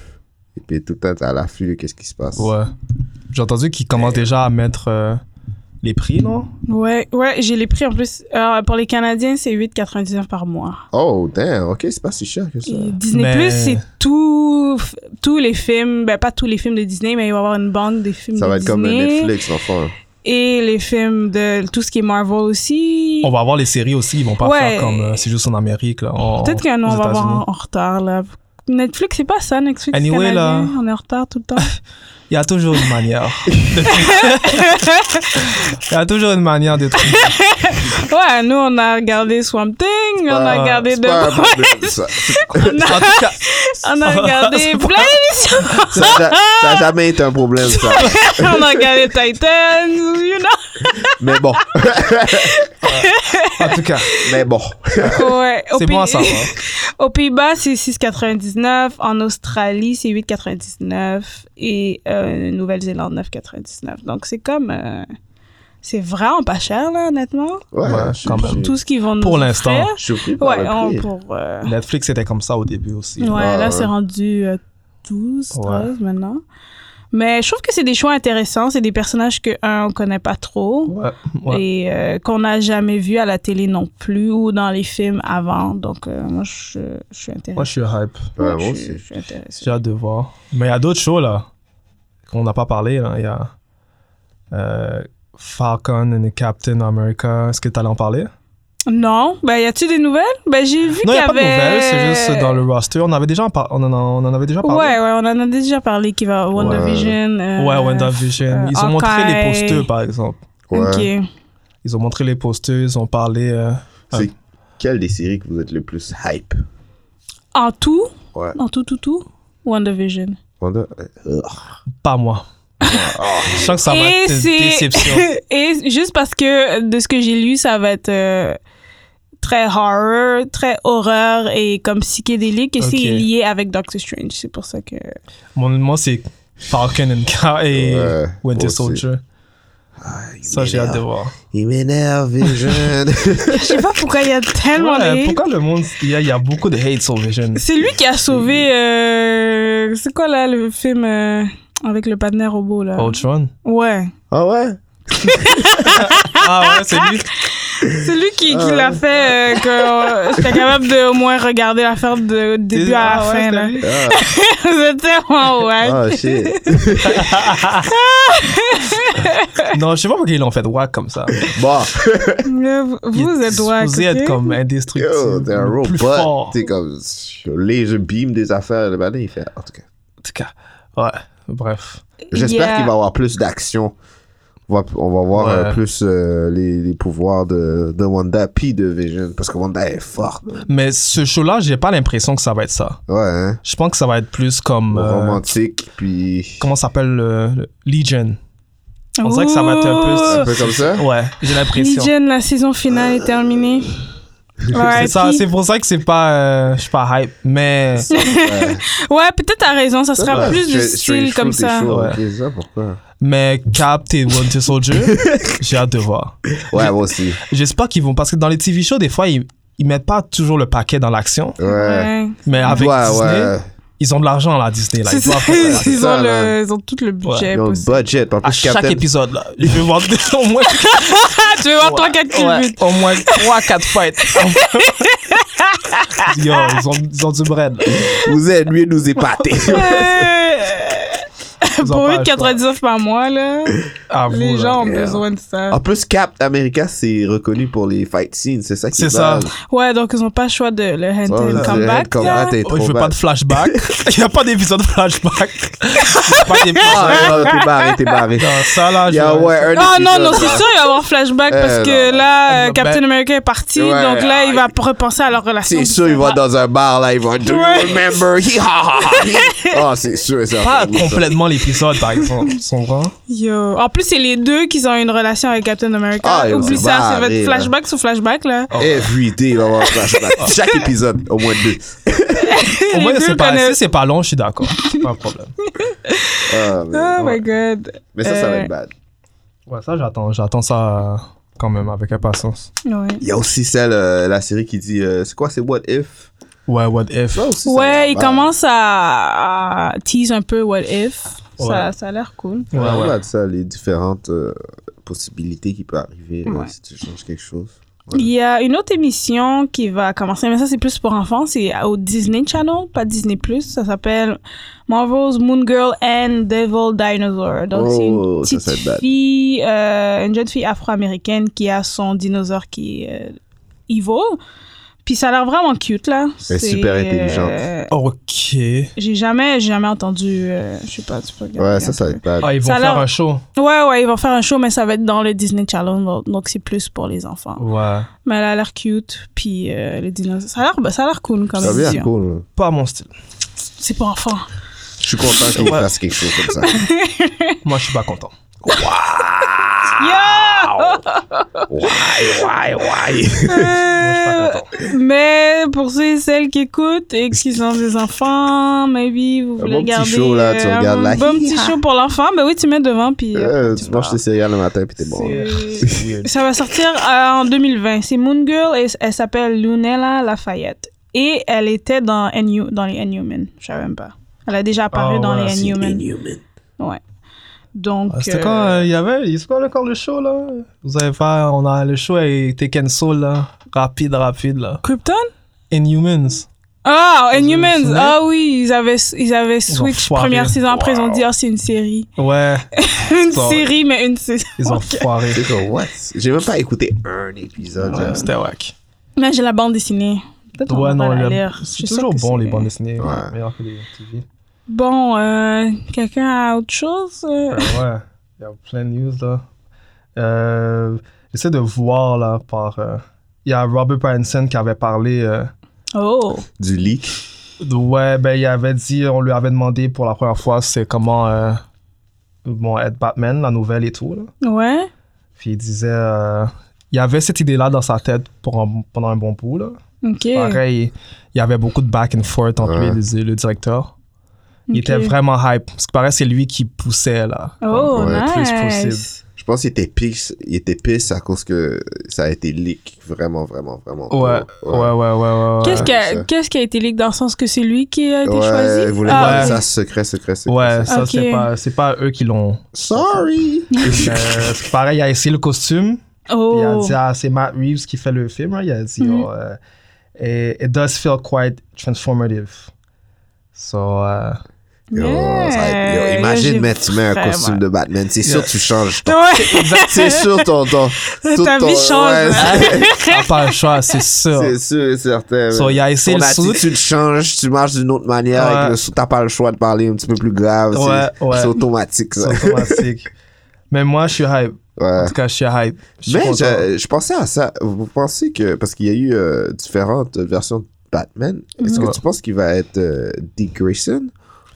Speaker 3: et puis tout être à l'affût de qu'est-ce qui se passe.
Speaker 2: Ouais. J'ai entendu qu'ils commencent déjà à mettre euh, les prix, non
Speaker 1: Ouais, ouais, j'ai les prix en plus. Euh, pour les Canadiens, c'est 8,99 par mois.
Speaker 3: Oh, damn, ok, c'est pas si cher que ça.
Speaker 1: Et Disney
Speaker 2: Mais-
Speaker 1: Plus, c'est tout, f- tous les films, ben pas tous les films de Disney, mais il va y avoir une bande des films
Speaker 3: Ça
Speaker 1: de
Speaker 3: va être comme le
Speaker 1: Disney.
Speaker 3: Netflix, enfin.
Speaker 1: Et les films de tout ce qui est Marvel aussi.
Speaker 2: On va avoir les séries aussi, ils vont pas
Speaker 1: Ouais.
Speaker 2: faire comme euh, c'est juste en Amérique. là. en-
Speaker 1: Peut-être qu'on
Speaker 2: aux
Speaker 1: va avoir
Speaker 2: États-Unis.
Speaker 1: en, en retard là. Netflix, c'est pas ça, Netflix
Speaker 2: Anyway,
Speaker 1: canadien.
Speaker 2: là-
Speaker 1: On est en retard tout le temps.
Speaker 2: Il y a toujours une manière. Il y a toujours une manière de trouver.
Speaker 1: ouais, nous, on a regardé Swamp Thing, on a
Speaker 3: Ah,
Speaker 1: regardé
Speaker 3: c'est
Speaker 1: The
Speaker 3: pas un
Speaker 1: Boys,
Speaker 3: problème, ça.
Speaker 1: on
Speaker 2: En
Speaker 1: a,
Speaker 2: tout cas,
Speaker 1: on a regardé plein d'émissions.
Speaker 3: Ça n'a- ça n'a jamais été un problème, ça.
Speaker 1: on a regardé Titans, you know.
Speaker 3: Mais bon,
Speaker 2: en tout cas,
Speaker 3: mais bon.
Speaker 1: Ouais, au
Speaker 2: c'est bon à
Speaker 1: pays-
Speaker 2: savoir.
Speaker 1: Aux Pays-Bas, c'est 6,99. En Australie, c'est 8,99. Et euh, Nouvelle-Zélande, 9,99. Donc, c'est comme... euh, c'est vraiment pas cher, là, honnêtement.
Speaker 3: Ouais,
Speaker 2: Ouais,
Speaker 3: je,
Speaker 2: quand
Speaker 3: je-
Speaker 2: même.
Speaker 1: Tout ce qu'ils vont nous
Speaker 2: Mm. Pour l'instant.
Speaker 1: offrir.
Speaker 3: je suis surpris par
Speaker 1: Ouais,
Speaker 3: le
Speaker 1: on-
Speaker 3: prix.
Speaker 1: pour... euh,
Speaker 2: Netflix était comme ça au début aussi.
Speaker 1: ouais,
Speaker 3: Ouais,
Speaker 1: là,
Speaker 3: ouais.
Speaker 1: c'est rendu euh, 12,
Speaker 2: Ouais.
Speaker 1: 13 maintenant. Mais je trouve que c'est des choix intéressants. C'est des personnages que, un, on connaît pas trop.
Speaker 2: Ouais, ouais.
Speaker 1: Et euh, qu'on n'a jamais vu à la télé non plus ou dans les films avant. Donc, euh, moi, je, je suis intéressée.
Speaker 2: Moi, je suis hype.
Speaker 3: Ouais, moi
Speaker 1: je,
Speaker 3: aussi.
Speaker 1: je suis intéressée.
Speaker 2: J'ai hâte de voir. Mais il y a d'autres shows, là, qu'on n'a pas parlé. là. Il y a euh, Falcon and Captain America. Est-ce que tu allais en parler?
Speaker 1: Non, ben y a-tu des nouvelles Ben j'ai vu qu'il y
Speaker 2: Non, il n'y a pas de
Speaker 1: avait.
Speaker 2: nouvelles. C'est juste dans le roster. On, avait déjà en par- on, en, on en avait déjà parlé.
Speaker 1: Ouais, ouais, on en a déjà parlé qu'il va WandaVision. euh,
Speaker 2: Ouais, WandaVision.
Speaker 1: euh,
Speaker 2: Ils ont montré les
Speaker 1: Hawkeye.
Speaker 2: posters, par exemple.
Speaker 3: Ouais.
Speaker 1: Ok.
Speaker 2: Ils ont montré les posters, ils ont parlé. euh,
Speaker 3: C'est quelle des séries que vous êtes le plus hype?
Speaker 1: En tout,
Speaker 3: Ouais.
Speaker 1: en tout, tout, tout, WandaVision.
Speaker 3: Wanda- Ugh.
Speaker 2: pas moi. Je sens que ça va
Speaker 1: Et
Speaker 2: être une déception.
Speaker 1: c'est. Et juste parce que de ce que j'ai lu, ça va être. euh, Très horror, très horreur et comme psychédélique. Et
Speaker 2: Ok.
Speaker 1: c'est lié avec Doctor Strange. C'est pour ça que.
Speaker 2: Mon, moi, c'est Falcon and Ca- et
Speaker 3: Ouais,
Speaker 2: Winter
Speaker 3: aussi. Ah,
Speaker 2: Soldier.
Speaker 3: il
Speaker 2: Ça, j'ai hâte de
Speaker 3: m'énerve.
Speaker 2: voir.
Speaker 3: Il m'énerve, Vision.
Speaker 1: Je sais pas pourquoi il y a tellement
Speaker 2: Ouais,
Speaker 1: de hate.
Speaker 2: pourquoi le monde. Il y, a- il y a beaucoup de hate sur Vision.
Speaker 1: C'est lui qui a sauvé. euh, c'est quoi là le film euh, avec le partner robot là
Speaker 2: Ultron.
Speaker 1: Ouais.
Speaker 3: ah ouais?
Speaker 2: Ah ouais, c'est lui.
Speaker 1: C'est lui qui, qui
Speaker 2: Ah.
Speaker 1: l'a fait euh, que euh, j'étais capable de au moins regarder l'affaire de début à la
Speaker 2: Ah ouais,
Speaker 1: fin
Speaker 2: c'est
Speaker 1: là.
Speaker 2: lui.
Speaker 3: Ah,
Speaker 1: C'était vraiment ouais.
Speaker 3: ah, shit.
Speaker 2: Non, je sais pas pourquoi ils l'ont fait wack comme ça.
Speaker 3: Bon,
Speaker 1: Mais vous- Vous
Speaker 2: Il est
Speaker 1: êtes ouais.
Speaker 2: supposé être comme indestructible.
Speaker 3: yo, t'es un
Speaker 2: le Plus
Speaker 3: robot.
Speaker 2: fort.
Speaker 3: T'es comme. Les je beam des affaires. Le matin, il fait. En tout cas.
Speaker 2: En tout cas, ouais, bref.
Speaker 3: J'espère
Speaker 1: Yeah.
Speaker 3: qu'il va y avoir plus d'action. On va, on va voir
Speaker 2: Ouais.
Speaker 3: euh, plus euh, les, les pouvoirs de, de Wanda puis de Vision. Parce que Wanda est forte.
Speaker 2: Mais ce show-là, j'ai pas l'impression que ça va être ça.
Speaker 3: Ouais, hein.
Speaker 2: Je pense que ça va être plus comme. euh,
Speaker 3: Romantique, puis.
Speaker 2: comment ça s'appelle le- le- Legion. On dirait que ça va être un
Speaker 3: Un peu comme ça?
Speaker 2: Ouais, j'ai l'impression.
Speaker 1: Legion, la saison finale est terminée.
Speaker 2: C'est
Speaker 1: Ouais,
Speaker 2: ça,
Speaker 1: puis-
Speaker 2: c'est pour ça que c'est pas. euh, je suis pas hype, mais.
Speaker 3: Ouais.
Speaker 1: ouais peut-être t'as raison, ça sera
Speaker 3: Ouais.
Speaker 1: plus du
Speaker 3: Stra-
Speaker 1: style
Speaker 3: Strange
Speaker 1: comme
Speaker 3: Fruit, t'es
Speaker 1: ça.
Speaker 3: chaud,
Speaker 2: Ouais.
Speaker 3: ok, c'est ça, pourquoi?
Speaker 2: Mais Cap et Winter Soldier, j'ai hâte de voir.
Speaker 3: Ouais, moi aussi.
Speaker 2: J'espère qu'ils vont. Parce que dans les TV shows, des fois, ils, ils mettent pas toujours le paquet dans l'action.
Speaker 3: Ouais.
Speaker 1: Ouais.
Speaker 2: Mais avec
Speaker 3: ouais,
Speaker 2: Disney,
Speaker 3: ouais.
Speaker 2: ils ont de l'argent, là, Disney. Là.
Speaker 1: C'est
Speaker 2: Ils
Speaker 1: ça,
Speaker 2: doivent faire ça.
Speaker 3: c'est
Speaker 1: ils
Speaker 3: ça,
Speaker 1: ont
Speaker 3: là.
Speaker 1: le- ils ont tout le budget
Speaker 3: Ils ont le
Speaker 1: possible.
Speaker 3: budget. En
Speaker 2: À
Speaker 3: plus,
Speaker 2: chaque
Speaker 3: Captain,
Speaker 2: épisode, là. Je veux voir des- au moins,
Speaker 1: Ah, tu veux voir 3-4 kills
Speaker 2: ouais, au moins 3-4 fights. Yo, ils ont, ils ont du bread. là.
Speaker 3: vous êtes mieux nous épater.
Speaker 1: Euh,
Speaker 2: ont
Speaker 1: Pour
Speaker 2: pas
Speaker 1: 8,99 par mois, là,
Speaker 2: À vous,
Speaker 1: les
Speaker 2: là. euh, Ah.
Speaker 1: gens ont
Speaker 3: merde.
Speaker 1: besoin de ça.
Speaker 3: en plus, Cap America, c'est reconnu pour les fight scenes. C'est ça qui
Speaker 2: C'est
Speaker 3: est
Speaker 2: ça.
Speaker 3: mal.
Speaker 1: Ouais, donc ils ont pas le choix de le hand
Speaker 3: Ouais,
Speaker 1: to
Speaker 3: le hand
Speaker 1: comeback.
Speaker 3: combat
Speaker 1: là.
Speaker 3: est
Speaker 2: Oh, je
Speaker 3: trop
Speaker 2: veux pas
Speaker 3: bad.
Speaker 2: de flashback. Il n'y a pas d'épisode flashback. Il y a pas d'épisode.
Speaker 3: Ah, non, t'es barré, t'es barré.
Speaker 2: Non, ça là,
Speaker 3: Il
Speaker 2: je...
Speaker 3: y a, ouais, un
Speaker 1: Oh non,
Speaker 3: épisode.
Speaker 1: non, c'est sûr, il va y avoir flashback
Speaker 3: Euh,
Speaker 1: parce que
Speaker 3: non,
Speaker 1: là, euh,
Speaker 2: Ben- Ah,
Speaker 1: Captain America est parti,
Speaker 3: Ouais.
Speaker 1: donc là, il va repenser à leur relation.
Speaker 3: C'est sûr, ils vont dans un bar, là, ils vont... Do you
Speaker 1: Ouais.
Speaker 3: remember? Hi, ha, ha, hi. Ah, c'est sûr, c'est
Speaker 2: pas complètement l'épisode, par exemple. Tu comprends?
Speaker 1: Yo. En plus, c'est les deux qui ont une relation avec Captain America.
Speaker 3: Ah, ils vont
Speaker 1: Oublie
Speaker 3: se
Speaker 1: ça, ça va
Speaker 3: barrer,
Speaker 1: être
Speaker 3: là.
Speaker 1: flashback sur flashback, là.
Speaker 3: Every day, il va y avoir un flashback. Chaque épisode, au moins deux.
Speaker 2: Au moins,
Speaker 1: deux
Speaker 2: c'est pas,
Speaker 1: connaissent.
Speaker 2: si c'est pas long, je suis d'accord. Pas de problème.
Speaker 3: Ah, mais,
Speaker 1: Oh my god.
Speaker 3: mais ça, ça va
Speaker 1: Euh,
Speaker 3: être bad.
Speaker 2: Ouais, ça, j'attends, j'attends ça quand même avec impatience.
Speaker 1: Ouais.
Speaker 3: Il y a aussi celle, euh, la série qui dit, euh, c'est quoi, c'est What If?
Speaker 2: Ouais, what if?
Speaker 3: Ça aussi, ça a l'air
Speaker 1: Ouais, il
Speaker 3: bad.
Speaker 1: commence à, à tease un peu What If.
Speaker 2: Ouais.
Speaker 1: Ça, ça a l'air cool.
Speaker 2: Ouais,
Speaker 3: On
Speaker 2: ouais.
Speaker 3: regarde ça, les différentes euh, possibilités qui peuvent arriver euh,
Speaker 1: Ouais.
Speaker 3: si tu changes quelque chose.
Speaker 1: Il y a une autre émission qui va commencer, mais ça c'est plus pour enfants, c'est au Disney Channel, pas Disney Plus. Ça s'appelle Marvel's Moon Girl and Devil Dinosaur. Donc c'est une
Speaker 3: Oh, ça, ça
Speaker 1: petite
Speaker 3: date.
Speaker 1: fille, euh, une jeune fille afro-américaine qui a son dinosaure qui est euh, evil. Puis ça a l'air vraiment cute là.
Speaker 3: Elle est
Speaker 1: C'est,
Speaker 3: super intelligente.
Speaker 1: euh,
Speaker 2: Ok.
Speaker 1: j'ai jamais, j'ai jamais entendu. euh, je sais pas, tu peux regarder
Speaker 3: Ouais,
Speaker 1: un
Speaker 3: ça, ça va
Speaker 1: peu.
Speaker 3: être bad.
Speaker 2: Ah, ils vont
Speaker 1: Ça a
Speaker 2: faire
Speaker 1: l'air-
Speaker 2: un show.
Speaker 1: Ouais, ouais, ils vont faire un show, mais ça va être dans le Disney Channel, donc- donc c'est plus pour les enfants.
Speaker 2: Ouais.
Speaker 1: Mais elle a l'air cute, puis euh, les dinosaures. Ça a l'air, bah, ça a l'air cool comme
Speaker 3: Ça va bien
Speaker 1: émission.
Speaker 3: cool.
Speaker 2: Pas mon style.
Speaker 1: C'est pour enfants.
Speaker 3: Je suis content qu'ils fassent quelque chose comme ça.
Speaker 2: Moi, je suis pas content.
Speaker 3: Ah! Why, why?
Speaker 2: Moi, je suis pas content.
Speaker 1: Euh, Mais pour ceux et celles qui écoutent et qui ont des enfants, maybe vous voulez
Speaker 3: bon petit
Speaker 1: regarder
Speaker 3: show, là, tu
Speaker 1: euh,
Speaker 3: regardes
Speaker 1: un
Speaker 3: là.
Speaker 1: bon petit show pour l'enfant. Ben oui, tu euh, mets devant, puis euh,
Speaker 3: Euh, tu manges tes céréales le matin puis t'es bon.
Speaker 2: C'est weird.
Speaker 1: ça va sortir euh, en 2020. C'est Moon Girl et elle s'appelle Lunella Lafayette. Et elle était dans, NU, dans les Inhumans. Je savais même pas. Elle a déjà apparu
Speaker 2: Ah
Speaker 1: dans
Speaker 2: ouais,
Speaker 1: les
Speaker 2: c'est
Speaker 1: Inhumans. Ouais. Donc.
Speaker 2: Ah, C'était
Speaker 1: euh,
Speaker 2: quand euh, il y avait, c'est quoi encore le show là Vous avez fait, on a le show avec Tekken Soul là, rapide, rapide là.
Speaker 1: Krypton?
Speaker 2: Inhumans.
Speaker 1: Ah,
Speaker 2: Vous vous
Speaker 1: Inhumans!
Speaker 2: souvenez?
Speaker 1: Ah oui, ils avaient, ils avaient switch
Speaker 2: foiré.
Speaker 1: première saison, après ils ont dit, ah, c'est une série.
Speaker 2: Ouais,
Speaker 1: Une
Speaker 2: Ça, ouais.
Speaker 1: série, mais une saison.
Speaker 2: ils ont foiré.
Speaker 3: C'est comme, what? J'ai même pas écouté un épisode.
Speaker 2: Ouais,
Speaker 3: genre.
Speaker 2: C'était whack.
Speaker 1: Mais j'ai la bande dessinée. Peut-être on
Speaker 2: Ouais,
Speaker 1: va
Speaker 2: non,
Speaker 1: pas la
Speaker 2: le-
Speaker 1: lire. Je
Speaker 2: c'est
Speaker 1: suis
Speaker 2: toujours
Speaker 1: sûre que
Speaker 2: bon
Speaker 1: c'est-
Speaker 2: les bandes dessinées.
Speaker 3: Ouais.
Speaker 2: Meilleur que les TV.
Speaker 1: Bon, euh, quelqu'un a autre chose? euh?
Speaker 2: Euh, ouais, il y a plein de news là. Euh, J'essaie de voir là par. euh, Il y a Robert Pattinson qui avait parlé. euh,
Speaker 1: Oh!
Speaker 3: Du leak.
Speaker 2: de- ouais, ben il avait dit, on lui avait demandé pour la première fois, c'est comment euh, bon, être Batman, la nouvelle et tout là.
Speaker 1: Ouais?
Speaker 2: Puis il disait, euh, il avait cette idée-là dans sa tête pour un- pendant un bon bout. Là.
Speaker 1: Ok.
Speaker 2: Pareil, il y avait beaucoup de back and forth entre
Speaker 3: Ouais.
Speaker 2: lui et le, le directeur. Il
Speaker 1: Ok.
Speaker 2: était vraiment hype. Parce que pareil, c'est lui qui poussait là.
Speaker 1: Oh,
Speaker 3: Ouais,
Speaker 2: le plus
Speaker 1: nice!
Speaker 3: Je pense qu'il était pisse. Il était pisse à cause que ça a été leak vraiment, vraiment, vraiment.
Speaker 2: Ouais,
Speaker 3: tôt.
Speaker 2: ouais, ouais, ouais. ouais, ouais.
Speaker 1: Qu'est-ce qui,
Speaker 3: c'est
Speaker 1: a,
Speaker 3: ça.
Speaker 1: qu'est-ce qui a été leak dans le sens que c'est lui qui a été
Speaker 3: Ouais,
Speaker 1: choisi?
Speaker 3: ils voulaient
Speaker 1: Ah,
Speaker 3: garder
Speaker 1: ok.
Speaker 3: ça secret, secret, secret.
Speaker 2: Ouais,
Speaker 3: secret.
Speaker 2: ça,
Speaker 1: Ok.
Speaker 2: c'est pas, c'est pas eux qui l'ont.
Speaker 3: Sorry!
Speaker 2: Euh, parce que pareil, il a essayé le costume. Puis il a
Speaker 1: Oh!
Speaker 2: dit, ah, c'est Matt Reeves qui fait le film. hein. Il a dit,
Speaker 1: Mhm.
Speaker 2: oh, euh, it, it does feel quite transformative. So, euh,
Speaker 3: Yo,
Speaker 1: Yeah.
Speaker 3: ça va être- yo,
Speaker 1: Là,
Speaker 3: imagine,
Speaker 1: j'ai
Speaker 3: mais tu mets un
Speaker 1: vraiment-
Speaker 3: costume de Batman. C'est sûr,
Speaker 2: Yeah.
Speaker 3: tu changes. ton-
Speaker 1: Ouais!
Speaker 3: C'est sûr, ton. ton tout
Speaker 1: Ta
Speaker 3: ton-
Speaker 1: vie
Speaker 3: ouais,
Speaker 1: change!
Speaker 2: t'as pas le choix, c'est sûr.
Speaker 3: c'est sûr et certain.
Speaker 2: So,
Speaker 3: man.
Speaker 2: il a essayé
Speaker 3: ton
Speaker 2: le suit.
Speaker 3: attitude change, tu marches d'une autre manière.
Speaker 2: Ouais.
Speaker 3: avec le sou- T'as pas le choix de parler un petit peu plus grave. c'est-
Speaker 2: Ouais, ouais.
Speaker 3: C'est automatique, ça.
Speaker 2: C'est automatique. Mais moi, je suis hype.
Speaker 3: Ouais.
Speaker 2: En tout cas, je suis hype. Je suis
Speaker 3: Mais
Speaker 2: content.
Speaker 3: je, je pensais à ça. Vous pensez que. Parce qu'il y a eu euh, différentes versions de Batman. Est-ce que
Speaker 1: Mhm.
Speaker 2: Ouais.
Speaker 3: tu penses qu'il va être euh, Dick Grayson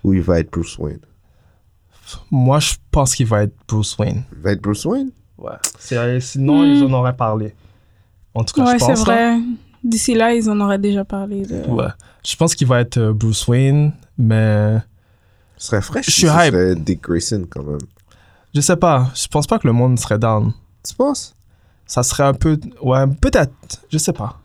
Speaker 3: ou il va être Bruce Wayne
Speaker 2: Moi, je pense qu'il va être Bruce Wayne.
Speaker 3: Il va être Bruce Wayne
Speaker 2: Ouais. Sinon, ils en auraient parlé. En tout cas,
Speaker 1: Mm. Ouais,
Speaker 2: je
Speaker 1: c'est
Speaker 2: pense. hein. là.
Speaker 3: hein.
Speaker 1: vrai. D'ici là, ils en auraient déjà parlé. de-
Speaker 2: Ouais. Je pense qu'il va être euh, Bruce Wayne, mais
Speaker 3: Ce serait fraîche.
Speaker 2: Je
Speaker 3: si
Speaker 2: suis
Speaker 3: ce
Speaker 2: hype.
Speaker 3: serait Dick Grayson quand même.
Speaker 2: je sais pas. Je pense pas que le monde serait down.
Speaker 3: Tu penses
Speaker 2: Ça serait un peu. Ouais, peut-être. Je sais pas.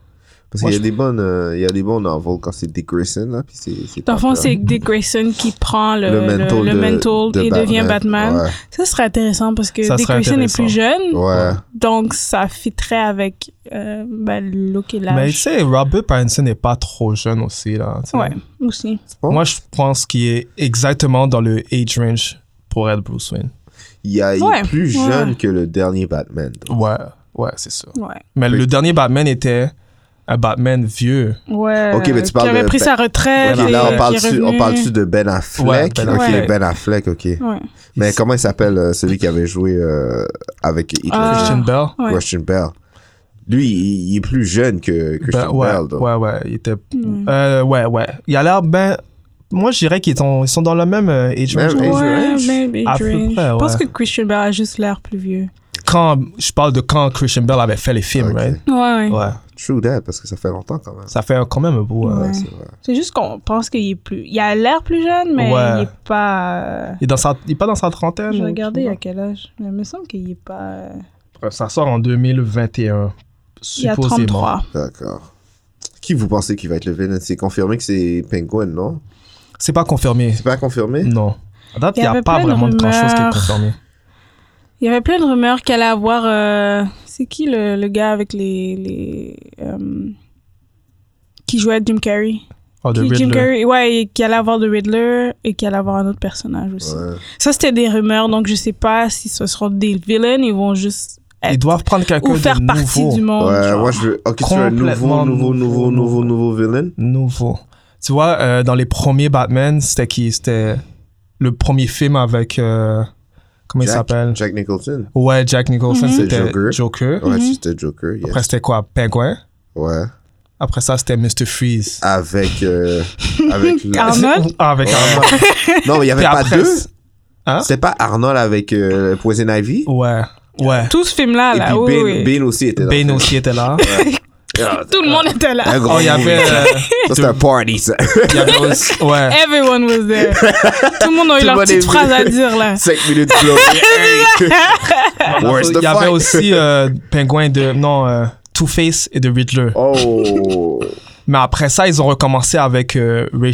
Speaker 3: Parce
Speaker 2: Moi,
Speaker 3: qu'il y, a
Speaker 2: je-
Speaker 3: des bonnes, euh, il y a des bons novels quand c'est Dick Grayson. Là, puis c'est, c'est
Speaker 1: Dans
Speaker 3: pas
Speaker 1: le fond,
Speaker 3: peur.
Speaker 1: c'est Dick Grayson qui prend le, le,
Speaker 3: mental
Speaker 1: le
Speaker 3: de-
Speaker 1: mental
Speaker 3: de
Speaker 1: et devient Batman.
Speaker 3: Ouais.
Speaker 1: Ça serait intéressant parce que
Speaker 2: Ça
Speaker 1: Dick
Speaker 2: serait
Speaker 1: Grayson est
Speaker 2: intéressant.
Speaker 1: plus jeune,
Speaker 3: Ouais.
Speaker 1: donc ça fitterait avec euh, ben, le look et
Speaker 2: Mais
Speaker 1: l'âge.
Speaker 2: tu sais, Robert Pattinson n'est pas trop jeune aussi. Là, tu sais.
Speaker 1: Ouais, aussi.
Speaker 3: Tu penses?
Speaker 2: Moi, je pense qu'il est exactement dans le age range pour être Bruce Wayne.
Speaker 3: il, y a, il
Speaker 1: Ouais,
Speaker 3: est plus
Speaker 1: ouais.
Speaker 3: jeune que le dernier Batman. donc.
Speaker 2: Ouais, ouais, c'est sûr.
Speaker 1: Ouais.
Speaker 2: Mais
Speaker 3: Oui.
Speaker 2: le dernier Batman était un Batman vieux.
Speaker 1: ouais
Speaker 3: Ok, mais tu parles
Speaker 1: Qui avait
Speaker 3: de-
Speaker 1: pris sa
Speaker 3: Ok,
Speaker 1: retraite. et
Speaker 3: là,
Speaker 1: qui
Speaker 3: on parle,
Speaker 1: est
Speaker 3: dessus- on
Speaker 1: revenu.
Speaker 3: parle dessus de Ben Affleck.
Speaker 2: Ouais, Ben
Speaker 3: ok,
Speaker 1: Affleck.
Speaker 3: Ben Affleck, ok.
Speaker 1: Ouais.
Speaker 3: Mais comment il s'appelle euh, celui qui avait joué euh, avec Hitler
Speaker 1: Ah,
Speaker 2: Christian Bell.
Speaker 1: ouais.
Speaker 3: Christian Bell. Lui, il, il est plus jeune que Christian
Speaker 2: Ben, ouais,
Speaker 3: Bell. donc.
Speaker 2: ouais, ouais, il était. Euh, ouais, ouais. Il a l'air ben. Moi, je dirais qu'ils sont, ils sont dans le même euh, age range.
Speaker 3: Même age
Speaker 1: Ouais,
Speaker 3: range?
Speaker 1: maybe
Speaker 2: À
Speaker 1: age
Speaker 2: peu
Speaker 1: range.
Speaker 2: près,
Speaker 1: Je pense
Speaker 2: ouais.
Speaker 1: que Christian Bale a juste l'air plus vieux.
Speaker 2: Quand je parle de quand Christian Bell avait fait les films,
Speaker 3: Ok.
Speaker 2: right?
Speaker 1: Ouais, ouais.
Speaker 2: Ouais.
Speaker 3: True that, parce que ça fait longtemps quand même.
Speaker 2: Ça fait quand même un bout. hein.
Speaker 1: Ouais.
Speaker 3: C'est vrai.
Speaker 1: C'est juste qu'on pense qu'il est plus. Il a l'air plus jeune, mais
Speaker 2: Ouais.
Speaker 1: il est pas. euh,
Speaker 2: Il est dans sa- il est pas dans sa trentaine.
Speaker 1: Je vais
Speaker 2: ou-
Speaker 1: regarder
Speaker 2: je
Speaker 1: à
Speaker 2: sais
Speaker 1: quel âge. Mais il me semble qu'il est pas. euh,
Speaker 2: pas. Euh, Ça sort en 2021.
Speaker 1: Il y a
Speaker 2: Supposément.
Speaker 1: 33.
Speaker 3: D'accord. Qui vous pensez qui va être le villain C'est confirmé que c'est Penguin, non
Speaker 2: C'est pas confirmé.
Speaker 3: C'est pas confirmé
Speaker 2: Non. À date,
Speaker 1: Il y
Speaker 2: il n'y a
Speaker 1: avait
Speaker 2: pas
Speaker 1: plein de
Speaker 2: vraiment de grand chose qui est
Speaker 1: rumeurs.
Speaker 2: confirmé.
Speaker 1: Il y avait plein de rumeurs qu'elle allait avoir. euh, c'est qui le, le gars avec les. les euh, qui jouait Jim Carrey
Speaker 2: Oh, de
Speaker 1: Qui- Jim
Speaker 2: Riddler.
Speaker 1: Carrey, ouais, et qu'il allait avoir The Riddler et qu'il allait avoir un autre personnage aussi.
Speaker 3: Ouais.
Speaker 1: Ça, c'était des rumeurs, donc je sais pas si ce seront des villains, ils vont juste
Speaker 2: Ils doivent prendre quelqu'un
Speaker 1: ou
Speaker 2: de
Speaker 1: faire
Speaker 2: nouveau.
Speaker 1: partie du monde.
Speaker 3: Ouais,
Speaker 1: genre.
Speaker 3: moi je veux. Ok, tu veux un nouveau,
Speaker 2: Complètement
Speaker 3: nouveau, nouveau,
Speaker 2: nouveau,
Speaker 3: nouveau, nouveau villain
Speaker 2: Nouveau. Tu vois, euh, dans les premiers Batman, c'était qui C'était le premier film avec... euh, comment il
Speaker 3: Jack-
Speaker 2: s'appelle
Speaker 3: Jack Nicholson.
Speaker 2: Ouais, Jack Nicholson,
Speaker 3: Mhm.
Speaker 2: c'était
Speaker 3: Joker.
Speaker 2: Joker.
Speaker 1: Mm-hmm.
Speaker 3: Ouais, c'était Joker. yes.
Speaker 2: Après, c'était quoi Penguin.
Speaker 3: Ouais.
Speaker 2: Après ça, c'était Mr. Freeze.
Speaker 3: Avec. euh, avec le-
Speaker 1: Arnold?
Speaker 2: Ah, avec
Speaker 3: Ouais.
Speaker 2: Arnold.
Speaker 3: non, mais il n'y avait
Speaker 2: Puis
Speaker 3: pas
Speaker 2: après,
Speaker 3: deux.
Speaker 2: c'est- Hein? Oh.
Speaker 3: C'était pas Arnold avec euh, Poison Ivy.
Speaker 2: Ouais, ouais.
Speaker 1: Tout ce film-là,
Speaker 3: Et
Speaker 1: Ah, là,
Speaker 3: puis Ben
Speaker 1: oui,
Speaker 3: Bane,
Speaker 1: oui.
Speaker 3: Bane aussi était dans
Speaker 2: Bane
Speaker 3: le film.
Speaker 2: aussi était là.
Speaker 3: Ah,
Speaker 1: Tout le monde était là.
Speaker 3: un gros
Speaker 2: Oh, il y avait...
Speaker 3: movie.
Speaker 2: euh,
Speaker 3: Ça, c'était un party, ça.
Speaker 2: il y avait aussi- Ouais.
Speaker 1: Everyone was there. Tout le monde a eu
Speaker 3: Tout le
Speaker 1: leur
Speaker 3: monde est
Speaker 1: petite
Speaker 3: venu.
Speaker 1: phrase à dire, là.
Speaker 3: 5 minutes de glory. Where's the
Speaker 2: Il y avait
Speaker 3: fight?
Speaker 2: aussi euh, Pingouin de... Non, euh, Two-Face et de Riddler.
Speaker 3: Oh.
Speaker 2: Mais après ça, ils ont recommencé avec euh, Ray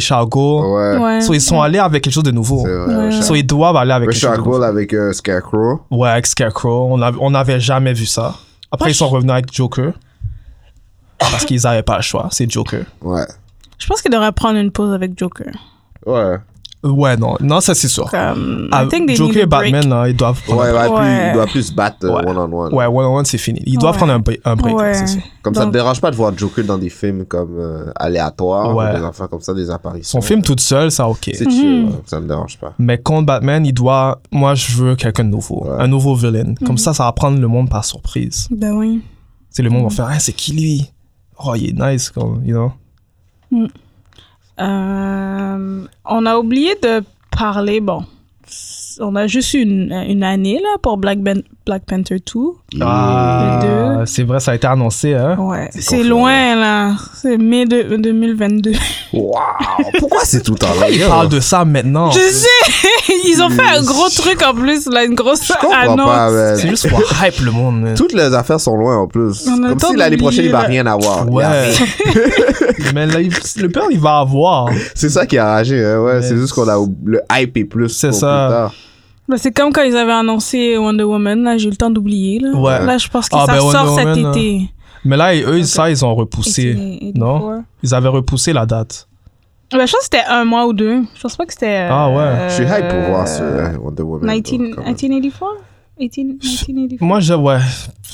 Speaker 2: Shargo.
Speaker 3: Ouais.
Speaker 1: Ouais.
Speaker 2: So, ils sont allés avec quelque chose de nouveau.
Speaker 3: C'est vrai.
Speaker 1: Ouais.
Speaker 3: Richard-
Speaker 2: So, ils doivent aller avec quelque
Speaker 3: Richard
Speaker 2: chose de nouveau.
Speaker 3: Gould avec euh, Scarecrow.
Speaker 2: Ouais, avec Scarecrow. On av- On n'avait jamais vu ça. Après,
Speaker 1: Moi,
Speaker 2: ils sont
Speaker 1: je-
Speaker 2: revenus avec Joker. Parce qu'ils n'avaient pas le choix. C'est Joker.
Speaker 3: Ouais.
Speaker 1: Je pense qu'il devrait prendre une pause avec Joker.
Speaker 3: Ouais.
Speaker 2: Ouais, non. Non, ça, c'est sûr.
Speaker 1: Comme,
Speaker 2: Ah,
Speaker 1: I think they
Speaker 2: Joker
Speaker 1: need
Speaker 2: et
Speaker 1: a break.
Speaker 2: Batman, là, ils doivent prendre
Speaker 3: Ouais,
Speaker 2: un
Speaker 3: ouais, puis
Speaker 1: Ouais.
Speaker 3: il doit plus se battre euh,
Speaker 2: Ouais.
Speaker 3: one-on-one.
Speaker 2: break. Ouais, One on One, c'est fini. Ils doivent
Speaker 1: Ouais.
Speaker 2: prendre un, bri- un break, là,
Speaker 1: Ouais.
Speaker 2: c'est sûr.
Speaker 3: Comme ça, ça
Speaker 1: Donc-
Speaker 3: te dérange pas de voir Joker dans des films comme euh, aléatoires,
Speaker 2: Ouais.
Speaker 3: ou des affaires comme ça, des apparitions.
Speaker 2: Son film Mhm. tout seul, ça, ok.
Speaker 3: C'est chill, ouais, ça me dérange pas.
Speaker 2: Mais contre Batman, il doit. Moi, je veux quelqu'un de nouveau.
Speaker 3: Ouais.
Speaker 2: Un nouveau villain.
Speaker 1: Mhm.
Speaker 2: Comme ça, ça va prendre le monde par surprise.
Speaker 1: Ben oui.
Speaker 2: C'est le monde
Speaker 1: Mhm.
Speaker 2: va faire, ah, c'est qui lui Oh, il est nice, comme, you know.
Speaker 1: Euh, on a oublié de parler, bon, on a juste eu une, une année, là, pour Black, Ben- Black Panther 2.
Speaker 2: Ah, c'est vrai, ça a été annoncé, hein.
Speaker 1: Ouais, c'est
Speaker 3: confirmé.
Speaker 1: loin là, c'est mai de- 2022.
Speaker 3: Waouh! Pourquoi c'est tout en l'air?
Speaker 2: On parle de ça maintenant.
Speaker 1: Je sais, ils ont fait un gros truc en plus là, une grosse
Speaker 3: Je comprends pas,
Speaker 1: annonce.
Speaker 3: man.
Speaker 2: Ah, C'est juste pour hype le monde. man.
Speaker 3: Toutes les affaires sont loin en plus.
Speaker 1: On a le
Speaker 3: Comme
Speaker 1: temps
Speaker 3: si l'année
Speaker 1: d'oublier
Speaker 3: prochaine, il va
Speaker 1: la-
Speaker 3: rien avoir. Il y a
Speaker 2: Ouais.
Speaker 3: rien.
Speaker 2: Mais là, il- le père, il va avoir.
Speaker 3: C'est ça qui a arraché, hein, ouais. C'est juste qu'on a ou- le hype est plus.
Speaker 2: C'est
Speaker 3: pour
Speaker 2: ça.
Speaker 3: plus tard.
Speaker 1: Bah, c'est comme quand ils avaient annoncé Wonder Woman, là j'ai eu le temps d'oublier là.
Speaker 2: Ouais.
Speaker 1: Là je pense que
Speaker 2: Ah,
Speaker 1: ça
Speaker 2: ben, Wonder
Speaker 1: sort cet
Speaker 2: Woman,
Speaker 1: été.
Speaker 2: Mais là, eux, ça, ils ont repoussé.
Speaker 1: 1884.
Speaker 2: Non? Ils avaient repoussé la date.
Speaker 1: Bah, je pense que c'était un mois ou deux. Je pense pas que c'était. euh,
Speaker 2: Ah, ouais.
Speaker 3: Je suis hype pour voir ce euh, Wonder Woman.
Speaker 1: 19-
Speaker 3: donc, quand même.
Speaker 1: 1984 18- 1984
Speaker 2: Moi, je, ouais.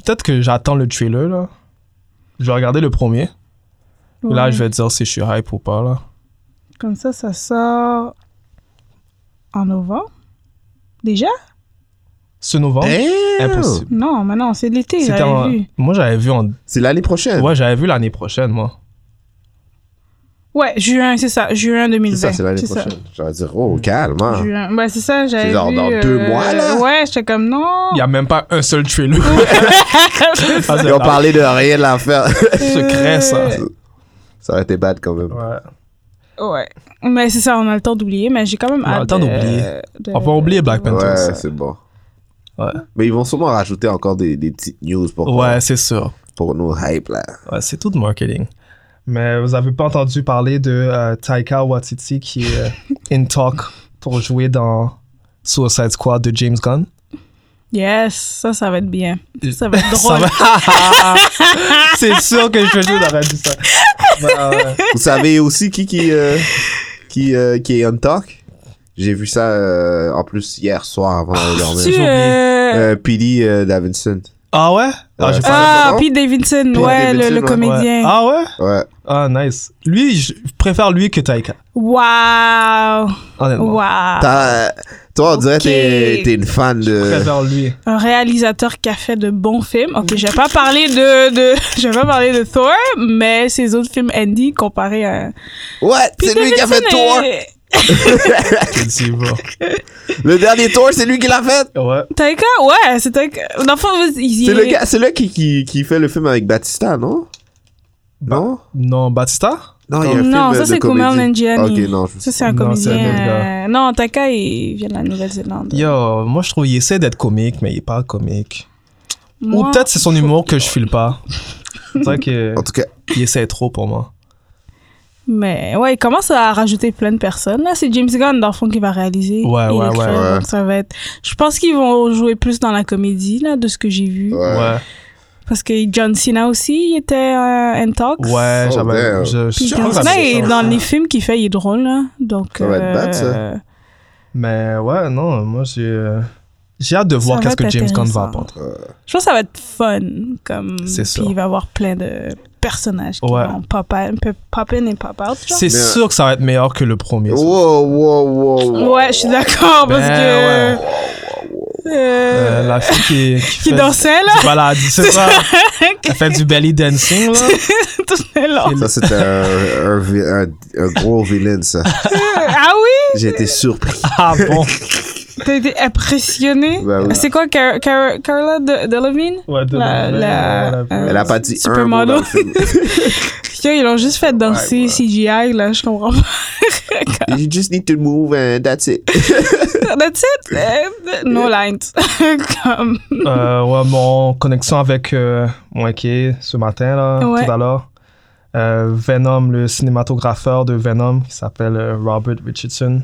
Speaker 2: Peut-être que j'attends le trailer, là. Je vais regarder le premier.
Speaker 1: Ouais.
Speaker 2: Là, je vais dire si je suis hype ou pas, là.
Speaker 1: Comme ça, ça sort en novembre. Déjà?
Speaker 2: Ce novembre?
Speaker 3: Damn!
Speaker 2: Impossible.
Speaker 1: Non, maintenant c'est l'été.
Speaker 2: C'était
Speaker 1: j'avais
Speaker 2: en-
Speaker 1: vu.
Speaker 2: Moi, j'avais vu en...
Speaker 3: C'est l'année prochaine.
Speaker 2: Ouais, j'avais vu l'année prochaine, moi.
Speaker 1: Ouais, juin, c'est ça, juin
Speaker 3: C'est
Speaker 1: 2020.
Speaker 3: ça, c'est l'année
Speaker 1: ça.
Speaker 3: prochaine. J'allais dire,
Speaker 2: Mm.
Speaker 3: oh, calme, hein.
Speaker 1: Juin. Ouais, c'est ça, j'avais
Speaker 3: genre
Speaker 1: vu,
Speaker 3: dans
Speaker 1: euh,
Speaker 3: deux mois, là?
Speaker 1: Ouais, j'étais comme non.
Speaker 2: Il n'y a même pas un seul trailer. Ah, c'est
Speaker 3: Ils ont
Speaker 2: pas-
Speaker 3: parlé de rien de l'affaire.
Speaker 2: secret, ça.
Speaker 3: ça aurait été bad quand même.
Speaker 2: Ouais.
Speaker 1: Ouais. Mais c'est ça, on a le temps d'oublier, mais j'ai quand même
Speaker 2: On a le
Speaker 1: hâte
Speaker 2: temps
Speaker 1: de-
Speaker 2: d'oublier.
Speaker 1: de-
Speaker 2: On va oublier Black Panther.
Speaker 3: Ouais,
Speaker 2: Intéressant.
Speaker 3: c'est bon.
Speaker 2: Ouais,
Speaker 3: Mais ils vont sûrement rajouter encore des, des petites news pour,
Speaker 2: ouais c'est sûr.
Speaker 3: pour nos hype là.
Speaker 2: Ouais, c'est tout de marketing. Mais vous avez pas entendu parler de euh, Taika Waititi qui est euh, in talk pour jouer dans Suicide Squad de James Gunn?
Speaker 1: Yes, ça, ça va être bien. Ça va être
Speaker 2: Ça
Speaker 1: drôle.
Speaker 2: va- c'est sûr que je vais jouer dans dit ça. Bah, ouais.
Speaker 3: Vous savez aussi qui qui, euh, qui, euh, qui est on talk J'ai vu ça euh, en plus hier soir avant de
Speaker 1: Tu,
Speaker 3: dormir.
Speaker 2: j'ai oublié.
Speaker 1: euh,
Speaker 3: Euh, P.D. euh, Davidson.
Speaker 2: Ah ouais? Ah,
Speaker 3: Ouais.
Speaker 2: j'ai pas-
Speaker 1: Ah,
Speaker 3: Pardon?
Speaker 1: Pete Davidson,
Speaker 3: Pete
Speaker 1: ouais,
Speaker 3: Davidson,
Speaker 1: le, le
Speaker 3: ouais.
Speaker 2: Ouais.
Speaker 1: comédien.
Speaker 2: Ah ouais?
Speaker 3: Ouais.
Speaker 2: Ah, nice. Lui, je préfère lui que Taika. Ah.
Speaker 1: Waouh!
Speaker 2: Honnêtement.
Speaker 1: Waouh!
Speaker 3: T'as- toi, on dirait que
Speaker 1: Ah. Ok.
Speaker 3: t'es- t'es une fan
Speaker 2: Je
Speaker 3: de.
Speaker 2: préfère lui.
Speaker 1: Un réalisateur qui a fait de bons films. Ok, je vais pas parler de, de, je vais pas parler de Thor, mais ses autres films Andy comparé à.
Speaker 3: Ouais, c'est
Speaker 1: Pete
Speaker 3: lui qui a fait
Speaker 1: Davidson
Speaker 3: Thor.
Speaker 1: est-
Speaker 2: Je dis, bro.
Speaker 3: Le dernier Thor, c'est lui qui l'a fait.
Speaker 2: Ouais.
Speaker 1: Taika, ouais, c'est Taika. Dans le fond, vous- il
Speaker 3: C'est
Speaker 1: il
Speaker 3: le
Speaker 1: est-
Speaker 3: gars, c'est lui qui, qui, qui fait le film avec Batista, non
Speaker 2: Bah,
Speaker 3: Non
Speaker 2: Non, Batista?
Speaker 3: Non, il y a un film
Speaker 1: Non,
Speaker 3: euh,
Speaker 1: ça
Speaker 3: de
Speaker 1: c'est
Speaker 3: comédie.
Speaker 1: Kumail Nanjiani.
Speaker 3: Ok, non, je me suis-
Speaker 1: Ça c'est un
Speaker 2: Non, c'est un
Speaker 1: comédien.
Speaker 2: autre
Speaker 1: euh, Non, Taika, il vient de la Nouvelle-Zélande.
Speaker 2: Yo, moi je trouve qu'il essaie d'être comique, mais il est pas comique. Ou
Speaker 1: Moi,
Speaker 2: peut-être c'est son humour que je file pas. C'est vrai qu'il
Speaker 3: En tout cas,
Speaker 2: essaie trop pour moi.
Speaker 1: Mais ouais, il commence à rajouter plein de personnes. Là, c'est James Gunn, dans le fond, qui va réaliser.
Speaker 2: Ouais,
Speaker 1: et
Speaker 2: ouais,
Speaker 1: écrire,
Speaker 3: ouais.
Speaker 1: donc ça va être... Je pense qu'ils vont jouer plus dans la comédie, là, de ce que j'ai vu.
Speaker 3: ouais.
Speaker 2: Ouais.
Speaker 1: Parce que John Cena aussi, il était euh, in talks.
Speaker 2: Ouais,
Speaker 3: Oh,
Speaker 2: j'avais.
Speaker 3: damn.
Speaker 2: Je, je suis
Speaker 1: Puis
Speaker 2: sûr
Speaker 1: John
Speaker 2: que ça
Speaker 1: Cena,
Speaker 2: me
Speaker 1: il-
Speaker 2: change.
Speaker 1: dans les films qu'il fait, il est drôle, là. Donc,
Speaker 3: Ça va être bad, ça.
Speaker 1: euh,
Speaker 2: Mais ouais, non, moi j'ai. euh, J'ai hâte de voir
Speaker 1: va
Speaker 2: qu'est-ce que
Speaker 1: être
Speaker 2: James Gunn va
Speaker 1: intéressant.
Speaker 2: apprendre.
Speaker 1: Je pense que ça va être fun. Comme...
Speaker 2: C'est
Speaker 1: Puis
Speaker 2: sûr.
Speaker 1: il va y avoir plein de personnages qui
Speaker 2: Ouais.
Speaker 1: vont pop in, pop in et pop out. genre.
Speaker 2: C'est
Speaker 3: Mais-
Speaker 2: sûr que ça va être meilleur que le premier. ça.
Speaker 3: Wow, wow, wow, wow.
Speaker 1: Ouais, je suis d'accord, parce
Speaker 2: Ben
Speaker 1: que...
Speaker 2: ouais.
Speaker 1: Euh,
Speaker 2: Euh, la fille qui, qui,
Speaker 1: Qui
Speaker 2: fait
Speaker 1: dansait, là,
Speaker 2: du balade, c'est ça. Elle fait du belly dancing, là.
Speaker 1: tout le long.
Speaker 3: Ça, c'est un, un vi- un- un gros vilain, ça.
Speaker 1: Ah oui?
Speaker 3: J'ai été surpris.
Speaker 2: Ah bon?
Speaker 1: T'as été impressionné?
Speaker 3: Bah oui.
Speaker 1: C'est quoi, Car- Car- Carla de- Delevingne?
Speaker 2: Ouais, de
Speaker 1: La- la-
Speaker 2: ouais, la-
Speaker 1: euh,
Speaker 3: Elle a pas dit un mot
Speaker 1: Supermodel.
Speaker 3: dans le film.
Speaker 1: Tiens, ils l'ont juste fait danser
Speaker 3: ouais.
Speaker 1: CGI, là, je comprends pas.
Speaker 3: You just need to move and that's it.
Speaker 1: That's it? Euh, No lines. Comme...
Speaker 2: Euh, ouais, mon connexion avec euh, mon équipe ce matin, là,
Speaker 1: Ouais.
Speaker 2: tout à l'heure. Euh, Venom, le cinématographeur de Venom, qui s'appelle euh, Robert Richardson,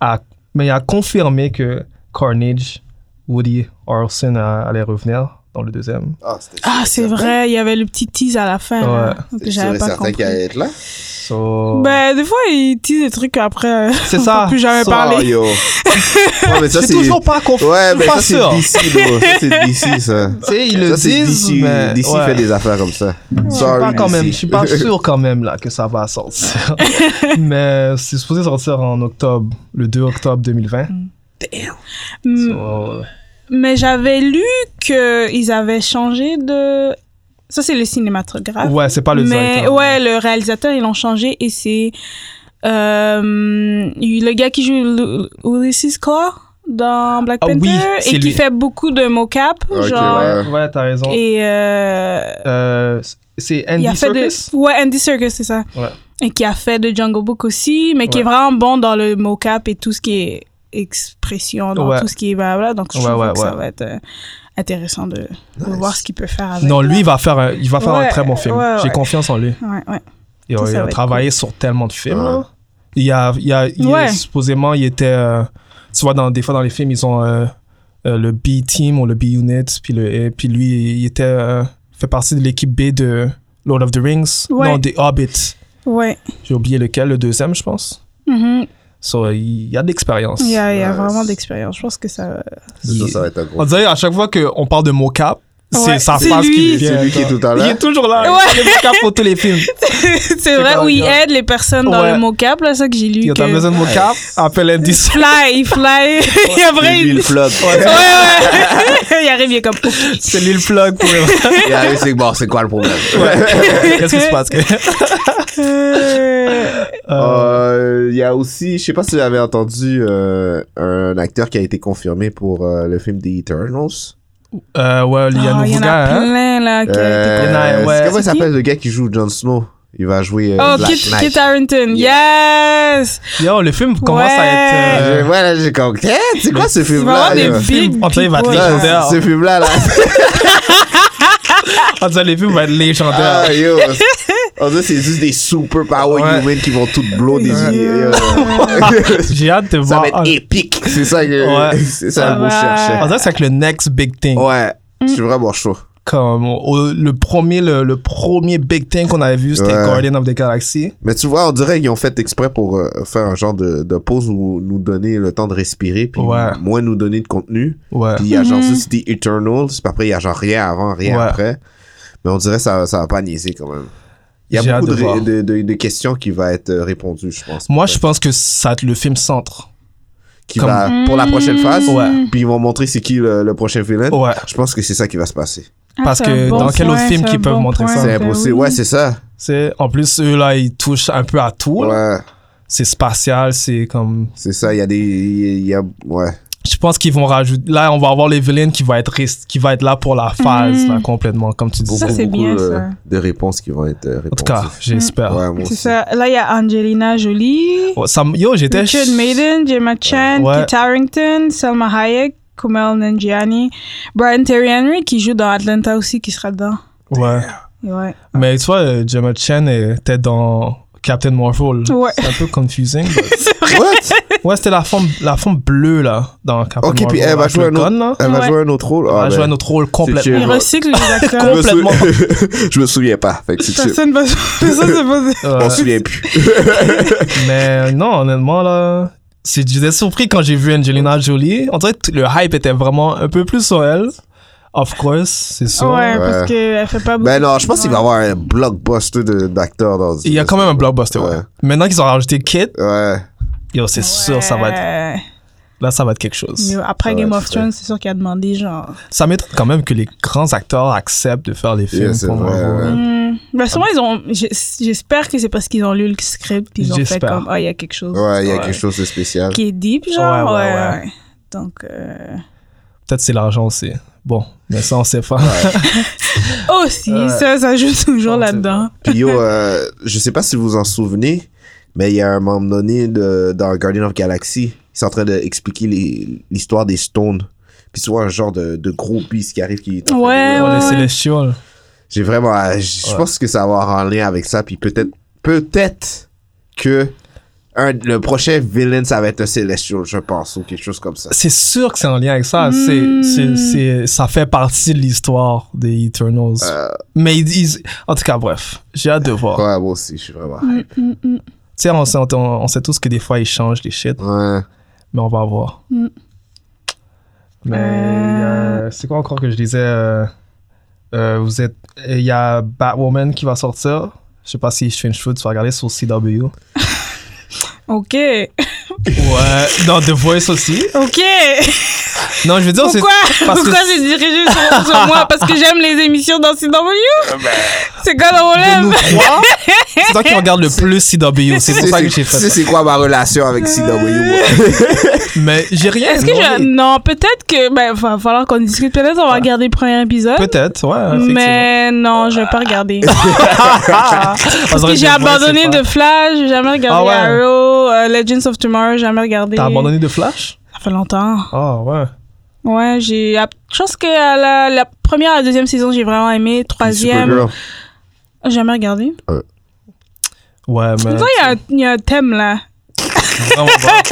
Speaker 2: a, mais il a confirmé que Carnage, Woody Harrelson a- allait revenir dans le deuxième.
Speaker 3: Ah, c'était
Speaker 1: Ah, c'est vrai, il y avait le petit tease à la fin, là,
Speaker 2: Ouais.
Speaker 1: donc
Speaker 3: C'était sûr
Speaker 1: j'avais
Speaker 3: et
Speaker 1: pas
Speaker 3: certain
Speaker 1: compris.
Speaker 3: qu'il allait être là.
Speaker 2: So,
Speaker 1: Ben, des fois, ils teasent des trucs après. euh,
Speaker 2: c'est ça.
Speaker 1: plus jamais
Speaker 2: So,
Speaker 1: parler.
Speaker 3: Oh, yo. Ouais, mais ça,
Speaker 2: J'ai
Speaker 3: c'est...
Speaker 2: toujours pas confiance.
Speaker 3: Ouais, mais ça,
Speaker 2: pas
Speaker 3: c'est
Speaker 2: sûr.
Speaker 3: DC, bro. Ça, c'est DC, ça.
Speaker 2: Tu sais, ils le
Speaker 3: Ça, c'est
Speaker 2: disent,
Speaker 3: DC.
Speaker 2: mais
Speaker 3: DC
Speaker 2: ouais.
Speaker 3: fait des affaires comme ça.
Speaker 2: Je suis
Speaker 3: Sorry,
Speaker 2: pas quand même, je
Speaker 3: DC.
Speaker 2: suis pas sûr quand même là que ça va sortir. Mais c'est supposé sortir en octobre, le 2 octobre 2020.
Speaker 1: Hmm.
Speaker 2: So,
Speaker 1: Mais j'avais lu qu'ils avaient changé de. Ça, c'est le cinématographe.
Speaker 2: ouais, c'est pas Ah, le
Speaker 1: Ah, mais
Speaker 2: directeur.
Speaker 1: ouais, le réalisateur, ils l'ont changé et c'est. euh, le gars qui joue Lu- Ulysses Claw dans Black
Speaker 2: Ah oui,
Speaker 1: Panther
Speaker 2: c'est
Speaker 1: et qui
Speaker 2: lui.
Speaker 1: fait beaucoup de mocap.
Speaker 3: Ok,
Speaker 1: genre.
Speaker 3: ouais.
Speaker 2: Ouais, t'as raison.
Speaker 1: Et. euh,
Speaker 2: Euh, c'est
Speaker 1: il
Speaker 2: Andy
Speaker 1: a fait de-
Speaker 2: Serkis?
Speaker 1: Ouais, Andy Serkis, c'est ça.
Speaker 2: Ouais.
Speaker 1: Et qui a fait de Jungle Book aussi, mais qui
Speaker 2: Ouais.
Speaker 1: est vraiment bon dans le mocap et tout ce qui est expression, dans
Speaker 2: Ouais.
Speaker 1: tout ce qui est blabla. Donc, je
Speaker 2: Ouais,
Speaker 1: trouve
Speaker 2: ouais,
Speaker 1: que ça
Speaker 2: ouais.
Speaker 1: va être euh, intéressant de, de voir ce qu'il peut faire avec.
Speaker 2: Non, lui, il va faire un, il va faire un
Speaker 1: Ouais,
Speaker 2: très bon film.
Speaker 1: ouais,
Speaker 2: J'ai
Speaker 1: ouais.
Speaker 2: confiance en lui.
Speaker 1: Ouais, ouais.
Speaker 2: Il
Speaker 1: Ça,
Speaker 2: a,
Speaker 1: ça
Speaker 2: il
Speaker 1: va
Speaker 2: a
Speaker 1: être Hein?
Speaker 2: travaillé sur tellement de films.
Speaker 3: Ouais.
Speaker 2: là. Il y a, il y a, il est-
Speaker 1: Ouais.
Speaker 2: supposément, il était, euh, tu vois, dans, des fois dans les films, ils ont euh, euh, le B team ou le B unit, puis le, et puis lui, il était euh, fait partie de l'équipe B de Lord of the Rings,
Speaker 1: Ouais.
Speaker 2: non des Hobbits.
Speaker 1: Ouais.
Speaker 2: J'ai oublié lequel, le deuxième, je pense.
Speaker 1: Mhm.
Speaker 2: So, il y a de l'expérience.
Speaker 1: Il y a, il y a
Speaker 3: Ouais,
Speaker 1: vraiment
Speaker 3: c'est-
Speaker 1: d'expérience. Je pense que ça.
Speaker 3: C'est sûr,
Speaker 2: Il-
Speaker 3: ça va être un gros.
Speaker 2: On dirait à chaque fois qu'on parle de mocap,
Speaker 1: Ouais,
Speaker 2: c'est sa
Speaker 1: c'est
Speaker 2: phrase qui
Speaker 1: lui.
Speaker 2: vient.
Speaker 3: C'est lui qui est tout à
Speaker 2: Il
Speaker 3: l'heure.
Speaker 2: est toujours là.
Speaker 1: Ouais.
Speaker 2: Il fait le mocap pour tous les films.
Speaker 1: c'est vrai,
Speaker 2: pas
Speaker 1: où il
Speaker 2: grave.
Speaker 1: aide les personnes dans
Speaker 2: Ouais.
Speaker 1: le mocap, là, ça que j'ai lu.
Speaker 2: Il a
Speaker 1: que...
Speaker 2: besoin de mocap, appelle Andy Serkis.
Speaker 1: Fly, fly. il y a
Speaker 3: C'est
Speaker 1: vrai.
Speaker 3: lui
Speaker 1: il-
Speaker 3: le flop.
Speaker 1: Ouais, ouais. il arrive, il est comme. oh,
Speaker 2: C'est lui le plug pour
Speaker 3: Il arrive, c'est bon, c'est quoi le problème?
Speaker 2: Qu'est-ce qui se passe?
Speaker 1: Euh,
Speaker 3: Euh, Il y a aussi, je sais pas si vous avez entendu euh, un acteur qui a été confirmé pour euh, le film The Eternals.
Speaker 2: Euh, ouais, il y a un
Speaker 1: oh, il y
Speaker 2: nouveau
Speaker 1: en a
Speaker 2: gars, hein?
Speaker 1: plein, là. qui a été
Speaker 3: Euh,
Speaker 2: Il y en a,
Speaker 3: c'est-
Speaker 2: ouais.
Speaker 3: Comment il
Speaker 1: C'est qui?
Speaker 3: s'appelle le gars qui joue Jon Snow Il va jouer euh,
Speaker 1: Oh,
Speaker 3: Black
Speaker 1: Kit,
Speaker 3: Knight.
Speaker 1: Kit Harrington, yes!
Speaker 2: Yo, le film commence à
Speaker 1: Ouais.
Speaker 2: être.
Speaker 3: Euh,
Speaker 2: euh,
Speaker 3: voilà, j'ai compris. Hein, C'est quoi ce
Speaker 1: Il va
Speaker 3: film-là
Speaker 1: avoir des
Speaker 3: là?
Speaker 1: big.
Speaker 2: On dirait qu'il Oh, va être
Speaker 1: big
Speaker 3: Là,
Speaker 1: roles.
Speaker 2: légendaire.
Speaker 3: ce film-là, là.
Speaker 2: On dirait le film va être légendaire.
Speaker 3: ah, yo. On dirait que c'est juste des super power
Speaker 2: Ouais.
Speaker 3: humans qui vont tout blow des
Speaker 2: Ouais.
Speaker 3: yeux.
Speaker 2: J'ai hâte de
Speaker 3: Ça
Speaker 2: voir.
Speaker 3: va être épique. C'est ça que
Speaker 2: Ouais.
Speaker 3: c'est ça que
Speaker 1: Ouais.
Speaker 3: je
Speaker 2: On
Speaker 3: cherchais.
Speaker 2: dirait que c'est avec le next big thing.
Speaker 3: Ouais, je suis vraiment chaud.
Speaker 2: Comme au- le premier, le, le premier big thing qu'on avait vu, c'était
Speaker 3: Ouais.
Speaker 2: Guardian of the Galaxy.
Speaker 3: Mais tu vois, on dirait qu'ils ont fait exprès pour euh, faire un genre de, de pause où nous donner le temps de respirer, puis
Speaker 2: Ouais.
Speaker 3: moins nous donner de contenu.
Speaker 2: Ouais.
Speaker 3: Puis il y a genre
Speaker 1: Mhm.
Speaker 3: juste The Eternals, puis après il y a genre rien avant, rien
Speaker 2: Ouais.
Speaker 3: après. Mais on dirait que ça, ça va pas niaiser quand même. Il y
Speaker 2: J'ai
Speaker 3: a
Speaker 2: hâte
Speaker 3: beaucoup
Speaker 2: de
Speaker 3: de,
Speaker 2: voir.
Speaker 3: ré- de, de- de questions qui vont être euh, répondues, je pense.
Speaker 2: Moi, je pense que ça va être le film centre.
Speaker 3: Qui
Speaker 2: comme-
Speaker 3: va, pour la prochaine phase,
Speaker 2: Ouais.
Speaker 3: puis ils vont montrer c'est qui le, le prochain villain.
Speaker 2: Ouais.
Speaker 3: Je pense que c'est ça qui va se passer.
Speaker 1: Ah,
Speaker 2: Parce
Speaker 1: c'est
Speaker 2: que
Speaker 1: un
Speaker 2: dans
Speaker 1: bon
Speaker 2: quel autre
Speaker 1: point,
Speaker 2: film
Speaker 1: c'est
Speaker 2: qu'ils
Speaker 1: un
Speaker 2: peuvent
Speaker 1: bon
Speaker 2: montrer
Speaker 1: point.
Speaker 2: ça?
Speaker 3: c'est
Speaker 1: Ben
Speaker 3: impossible.
Speaker 1: oui.
Speaker 3: Ouais, c'est ça.
Speaker 2: C'est, en plus, eux, là, ils touchent un peu à tout. là.
Speaker 3: Ouais,
Speaker 2: C'est spatial, c'est comme.
Speaker 3: c'est ça. Il y a des. Il y a. Ouais.
Speaker 2: je pense qu'ils vont rajouter là on va avoir les villains qui va être rest- qui va être là pour la phase
Speaker 1: Mhm.
Speaker 2: là, complètement comme tu dis
Speaker 3: Beaucoup,
Speaker 1: Ça, c'est
Speaker 3: beaucoup
Speaker 1: bien,
Speaker 3: euh,
Speaker 1: ça.
Speaker 3: de réponses qui vont être euh, répondues.
Speaker 2: en tout cas j'espère
Speaker 3: Ouais, moi
Speaker 1: C'est
Speaker 3: aussi.
Speaker 1: ça. Là, il y a Angelina Jolie,
Speaker 2: Ouais, ça m- yo j'étais
Speaker 1: Richard Maiden, Gemma Chan,
Speaker 2: Ouais.
Speaker 1: Kit Harrington, Selma Hayek, Kumail Nanjiani, Brian Terry Henry qui joue dans Atlanta aussi, qui sera dedans.
Speaker 2: Ouais.
Speaker 1: Ouais.
Speaker 2: Mais tu vois, euh, Gemma Chen était dans Captain Marvel.
Speaker 1: Ouais.
Speaker 2: C'est un peu confusing. but-
Speaker 3: What?
Speaker 2: ouais, c'était la forme, la forme bleue, là, dans Captain
Speaker 3: Ok,
Speaker 2: Marvel.
Speaker 3: puis elle va
Speaker 2: avec
Speaker 3: jouer
Speaker 2: le
Speaker 3: un autre,
Speaker 2: gun, là.
Speaker 3: elle va
Speaker 1: Ouais.
Speaker 3: jouer un autre rôle.
Speaker 2: Elle
Speaker 3: Ah,
Speaker 2: va jouer
Speaker 3: ben,
Speaker 2: un autre rôle
Speaker 3: C'est
Speaker 2: complètement.
Speaker 3: chill.
Speaker 1: Il recycle les
Speaker 3: je
Speaker 1: acteurs.
Speaker 3: me souvi- je me souviens pas. Fait que c'est chill.
Speaker 1: Personne va personne s'est posé.
Speaker 2: Euh,
Speaker 3: On se souvient plus.
Speaker 2: mais non, honnêtement, là, c'est- j'étais surpris quand j'ai vu Angelina Jolie. On dirait que le hype était vraiment un peu plus sur elle. Of course, c'est sûr.
Speaker 1: Ouais, parce
Speaker 3: Ouais.
Speaker 1: qu'elle fait pas beaucoup.
Speaker 3: Ben non, je pense qu'il va y
Speaker 1: Ouais.
Speaker 3: avoir un blockbuster de- d'acteurs dans
Speaker 2: Il y a quand même un blockbuster, ouais.
Speaker 3: Ouais.
Speaker 2: Maintenant qu'ils ont rajouté Kit,
Speaker 3: Ouais.
Speaker 2: yo, c'est sûr, ça va être,
Speaker 1: Ouais.
Speaker 2: là, ça va être quelque chose.
Speaker 1: Yo, Après
Speaker 3: Ça va
Speaker 1: Game
Speaker 3: être
Speaker 1: of
Speaker 3: frais.
Speaker 1: Thrones, c'est sûr qu'il a demandé genre.
Speaker 2: Ça m'étonne quand même que les grands acteurs acceptent de faire les films
Speaker 3: Yeah, c'est
Speaker 2: pour
Speaker 3: vrai,
Speaker 2: Marvel.
Speaker 3: ouais.
Speaker 1: Hmm. Ben sûrement ils ont. j'ai- J'espère que c'est parce qu'ils ont lu le script qu'ils ont fait
Speaker 2: J'espère.
Speaker 1: comme ah il y a quelque chose
Speaker 3: Ouais, il y a
Speaker 2: Ouais.
Speaker 3: quelque chose de spécial.
Speaker 1: qui est deep genre.
Speaker 2: Ouais, ouais,
Speaker 1: ouais,
Speaker 2: ouais.
Speaker 1: ouais. Donc. euh,
Speaker 2: Peut-être c'est l'argent aussi. Bon, mais ça, on sait pas.
Speaker 1: Aussi,
Speaker 2: Ouais.
Speaker 1: ça, ça joue toujours
Speaker 2: Ouais, c'est
Speaker 1: là-dedans.
Speaker 3: Puis yo, euh, je sais pas si vous vous en souvenez, mais il y a un moment donné de, dans Guardian of Galaxy, ils sont en train d'expliquer les- l'histoire des Stones. Puis tu vois un genre de, de gros beast qui arrive qui est en train de-
Speaker 1: Ouais,
Speaker 2: Pour
Speaker 1: ouais.
Speaker 2: les Celestials.
Speaker 3: J'ai vraiment. euh, Je je
Speaker 2: Ouais.
Speaker 3: pense que ça va avoir un lien avec ça. Puis peut-être. Peut-être que. un- le prochain villain, ça va être un Celestial, je pense, ou quelque chose comme ça.
Speaker 2: C'est sûr que c'est en lien avec ça. C'est, c'est, c'est- ça fait partie de l'histoire des Eternals. Mais ils disent. En tout cas, bref, j'ai hâte de voir.
Speaker 3: Euh. Ouais, moi aussi, je suis vraiment. hype.
Speaker 2: Tu sais, on sait, on, on sait tous que des fois, ils changent les shit,
Speaker 3: Ouais.
Speaker 2: mais on va voir.
Speaker 1: Mm.
Speaker 2: Mais
Speaker 1: Euh.
Speaker 2: euh, c'est quoi encore que je disais euh, euh, Vous êtes. Il y a Batwoman qui va sortir. Je sais pas si Strange Food, tu vas regarder sur CW.
Speaker 1: Ok,
Speaker 2: Ouais, dans The Voice aussi.
Speaker 1: ok.
Speaker 2: Non, je veux dire, Oh, c'est.
Speaker 1: Pourquoi
Speaker 2: parce que
Speaker 1: Pourquoi c'est dirigé sur, sur moi Parce que j'aime les émissions dans CW C'est quoi dans mon
Speaker 2: de nous
Speaker 1: lèvre
Speaker 2: trois, c'est toi qui regarde le plus CW. C'est
Speaker 3: Tu sais,
Speaker 2: pour ça
Speaker 3: c'est-
Speaker 2: que j'ai
Speaker 3: tu sais,
Speaker 2: fait ça.
Speaker 3: c'est quoi ma relation avec CW?
Speaker 2: Mais j'ai rien.
Speaker 1: Est-ce que je...
Speaker 2: demandé.
Speaker 1: Non, peut-être que... Ben, va falloir qu'on discute. Peut-être on va regarder le premier épisode.
Speaker 2: Peut-être, ouais, effectivement. Ah.
Speaker 1: Mais non, je vais pas regarder.
Speaker 2: Parce
Speaker 1: Parce que j'ai abandonné The Flash, j'ai jamais regardé
Speaker 2: Ah ouais.
Speaker 1: Arrow, euh, Legends of Tomorrow, j'ai jamais regardé.
Speaker 2: T'as abandonné The Flash
Speaker 1: Ça fait longtemps.
Speaker 2: Ah, ouais.
Speaker 1: Ouais, j'ai. à- Je pense que à la, la première à la deuxième saison, j'ai vraiment aimé. Troisième,
Speaker 3: Supergirl.
Speaker 1: j'ai jamais regardé.
Speaker 2: Ouais, mais.
Speaker 3: Ah,
Speaker 1: Pourtant, il y a un- il y, a un thème là.
Speaker 2: vraiment pas.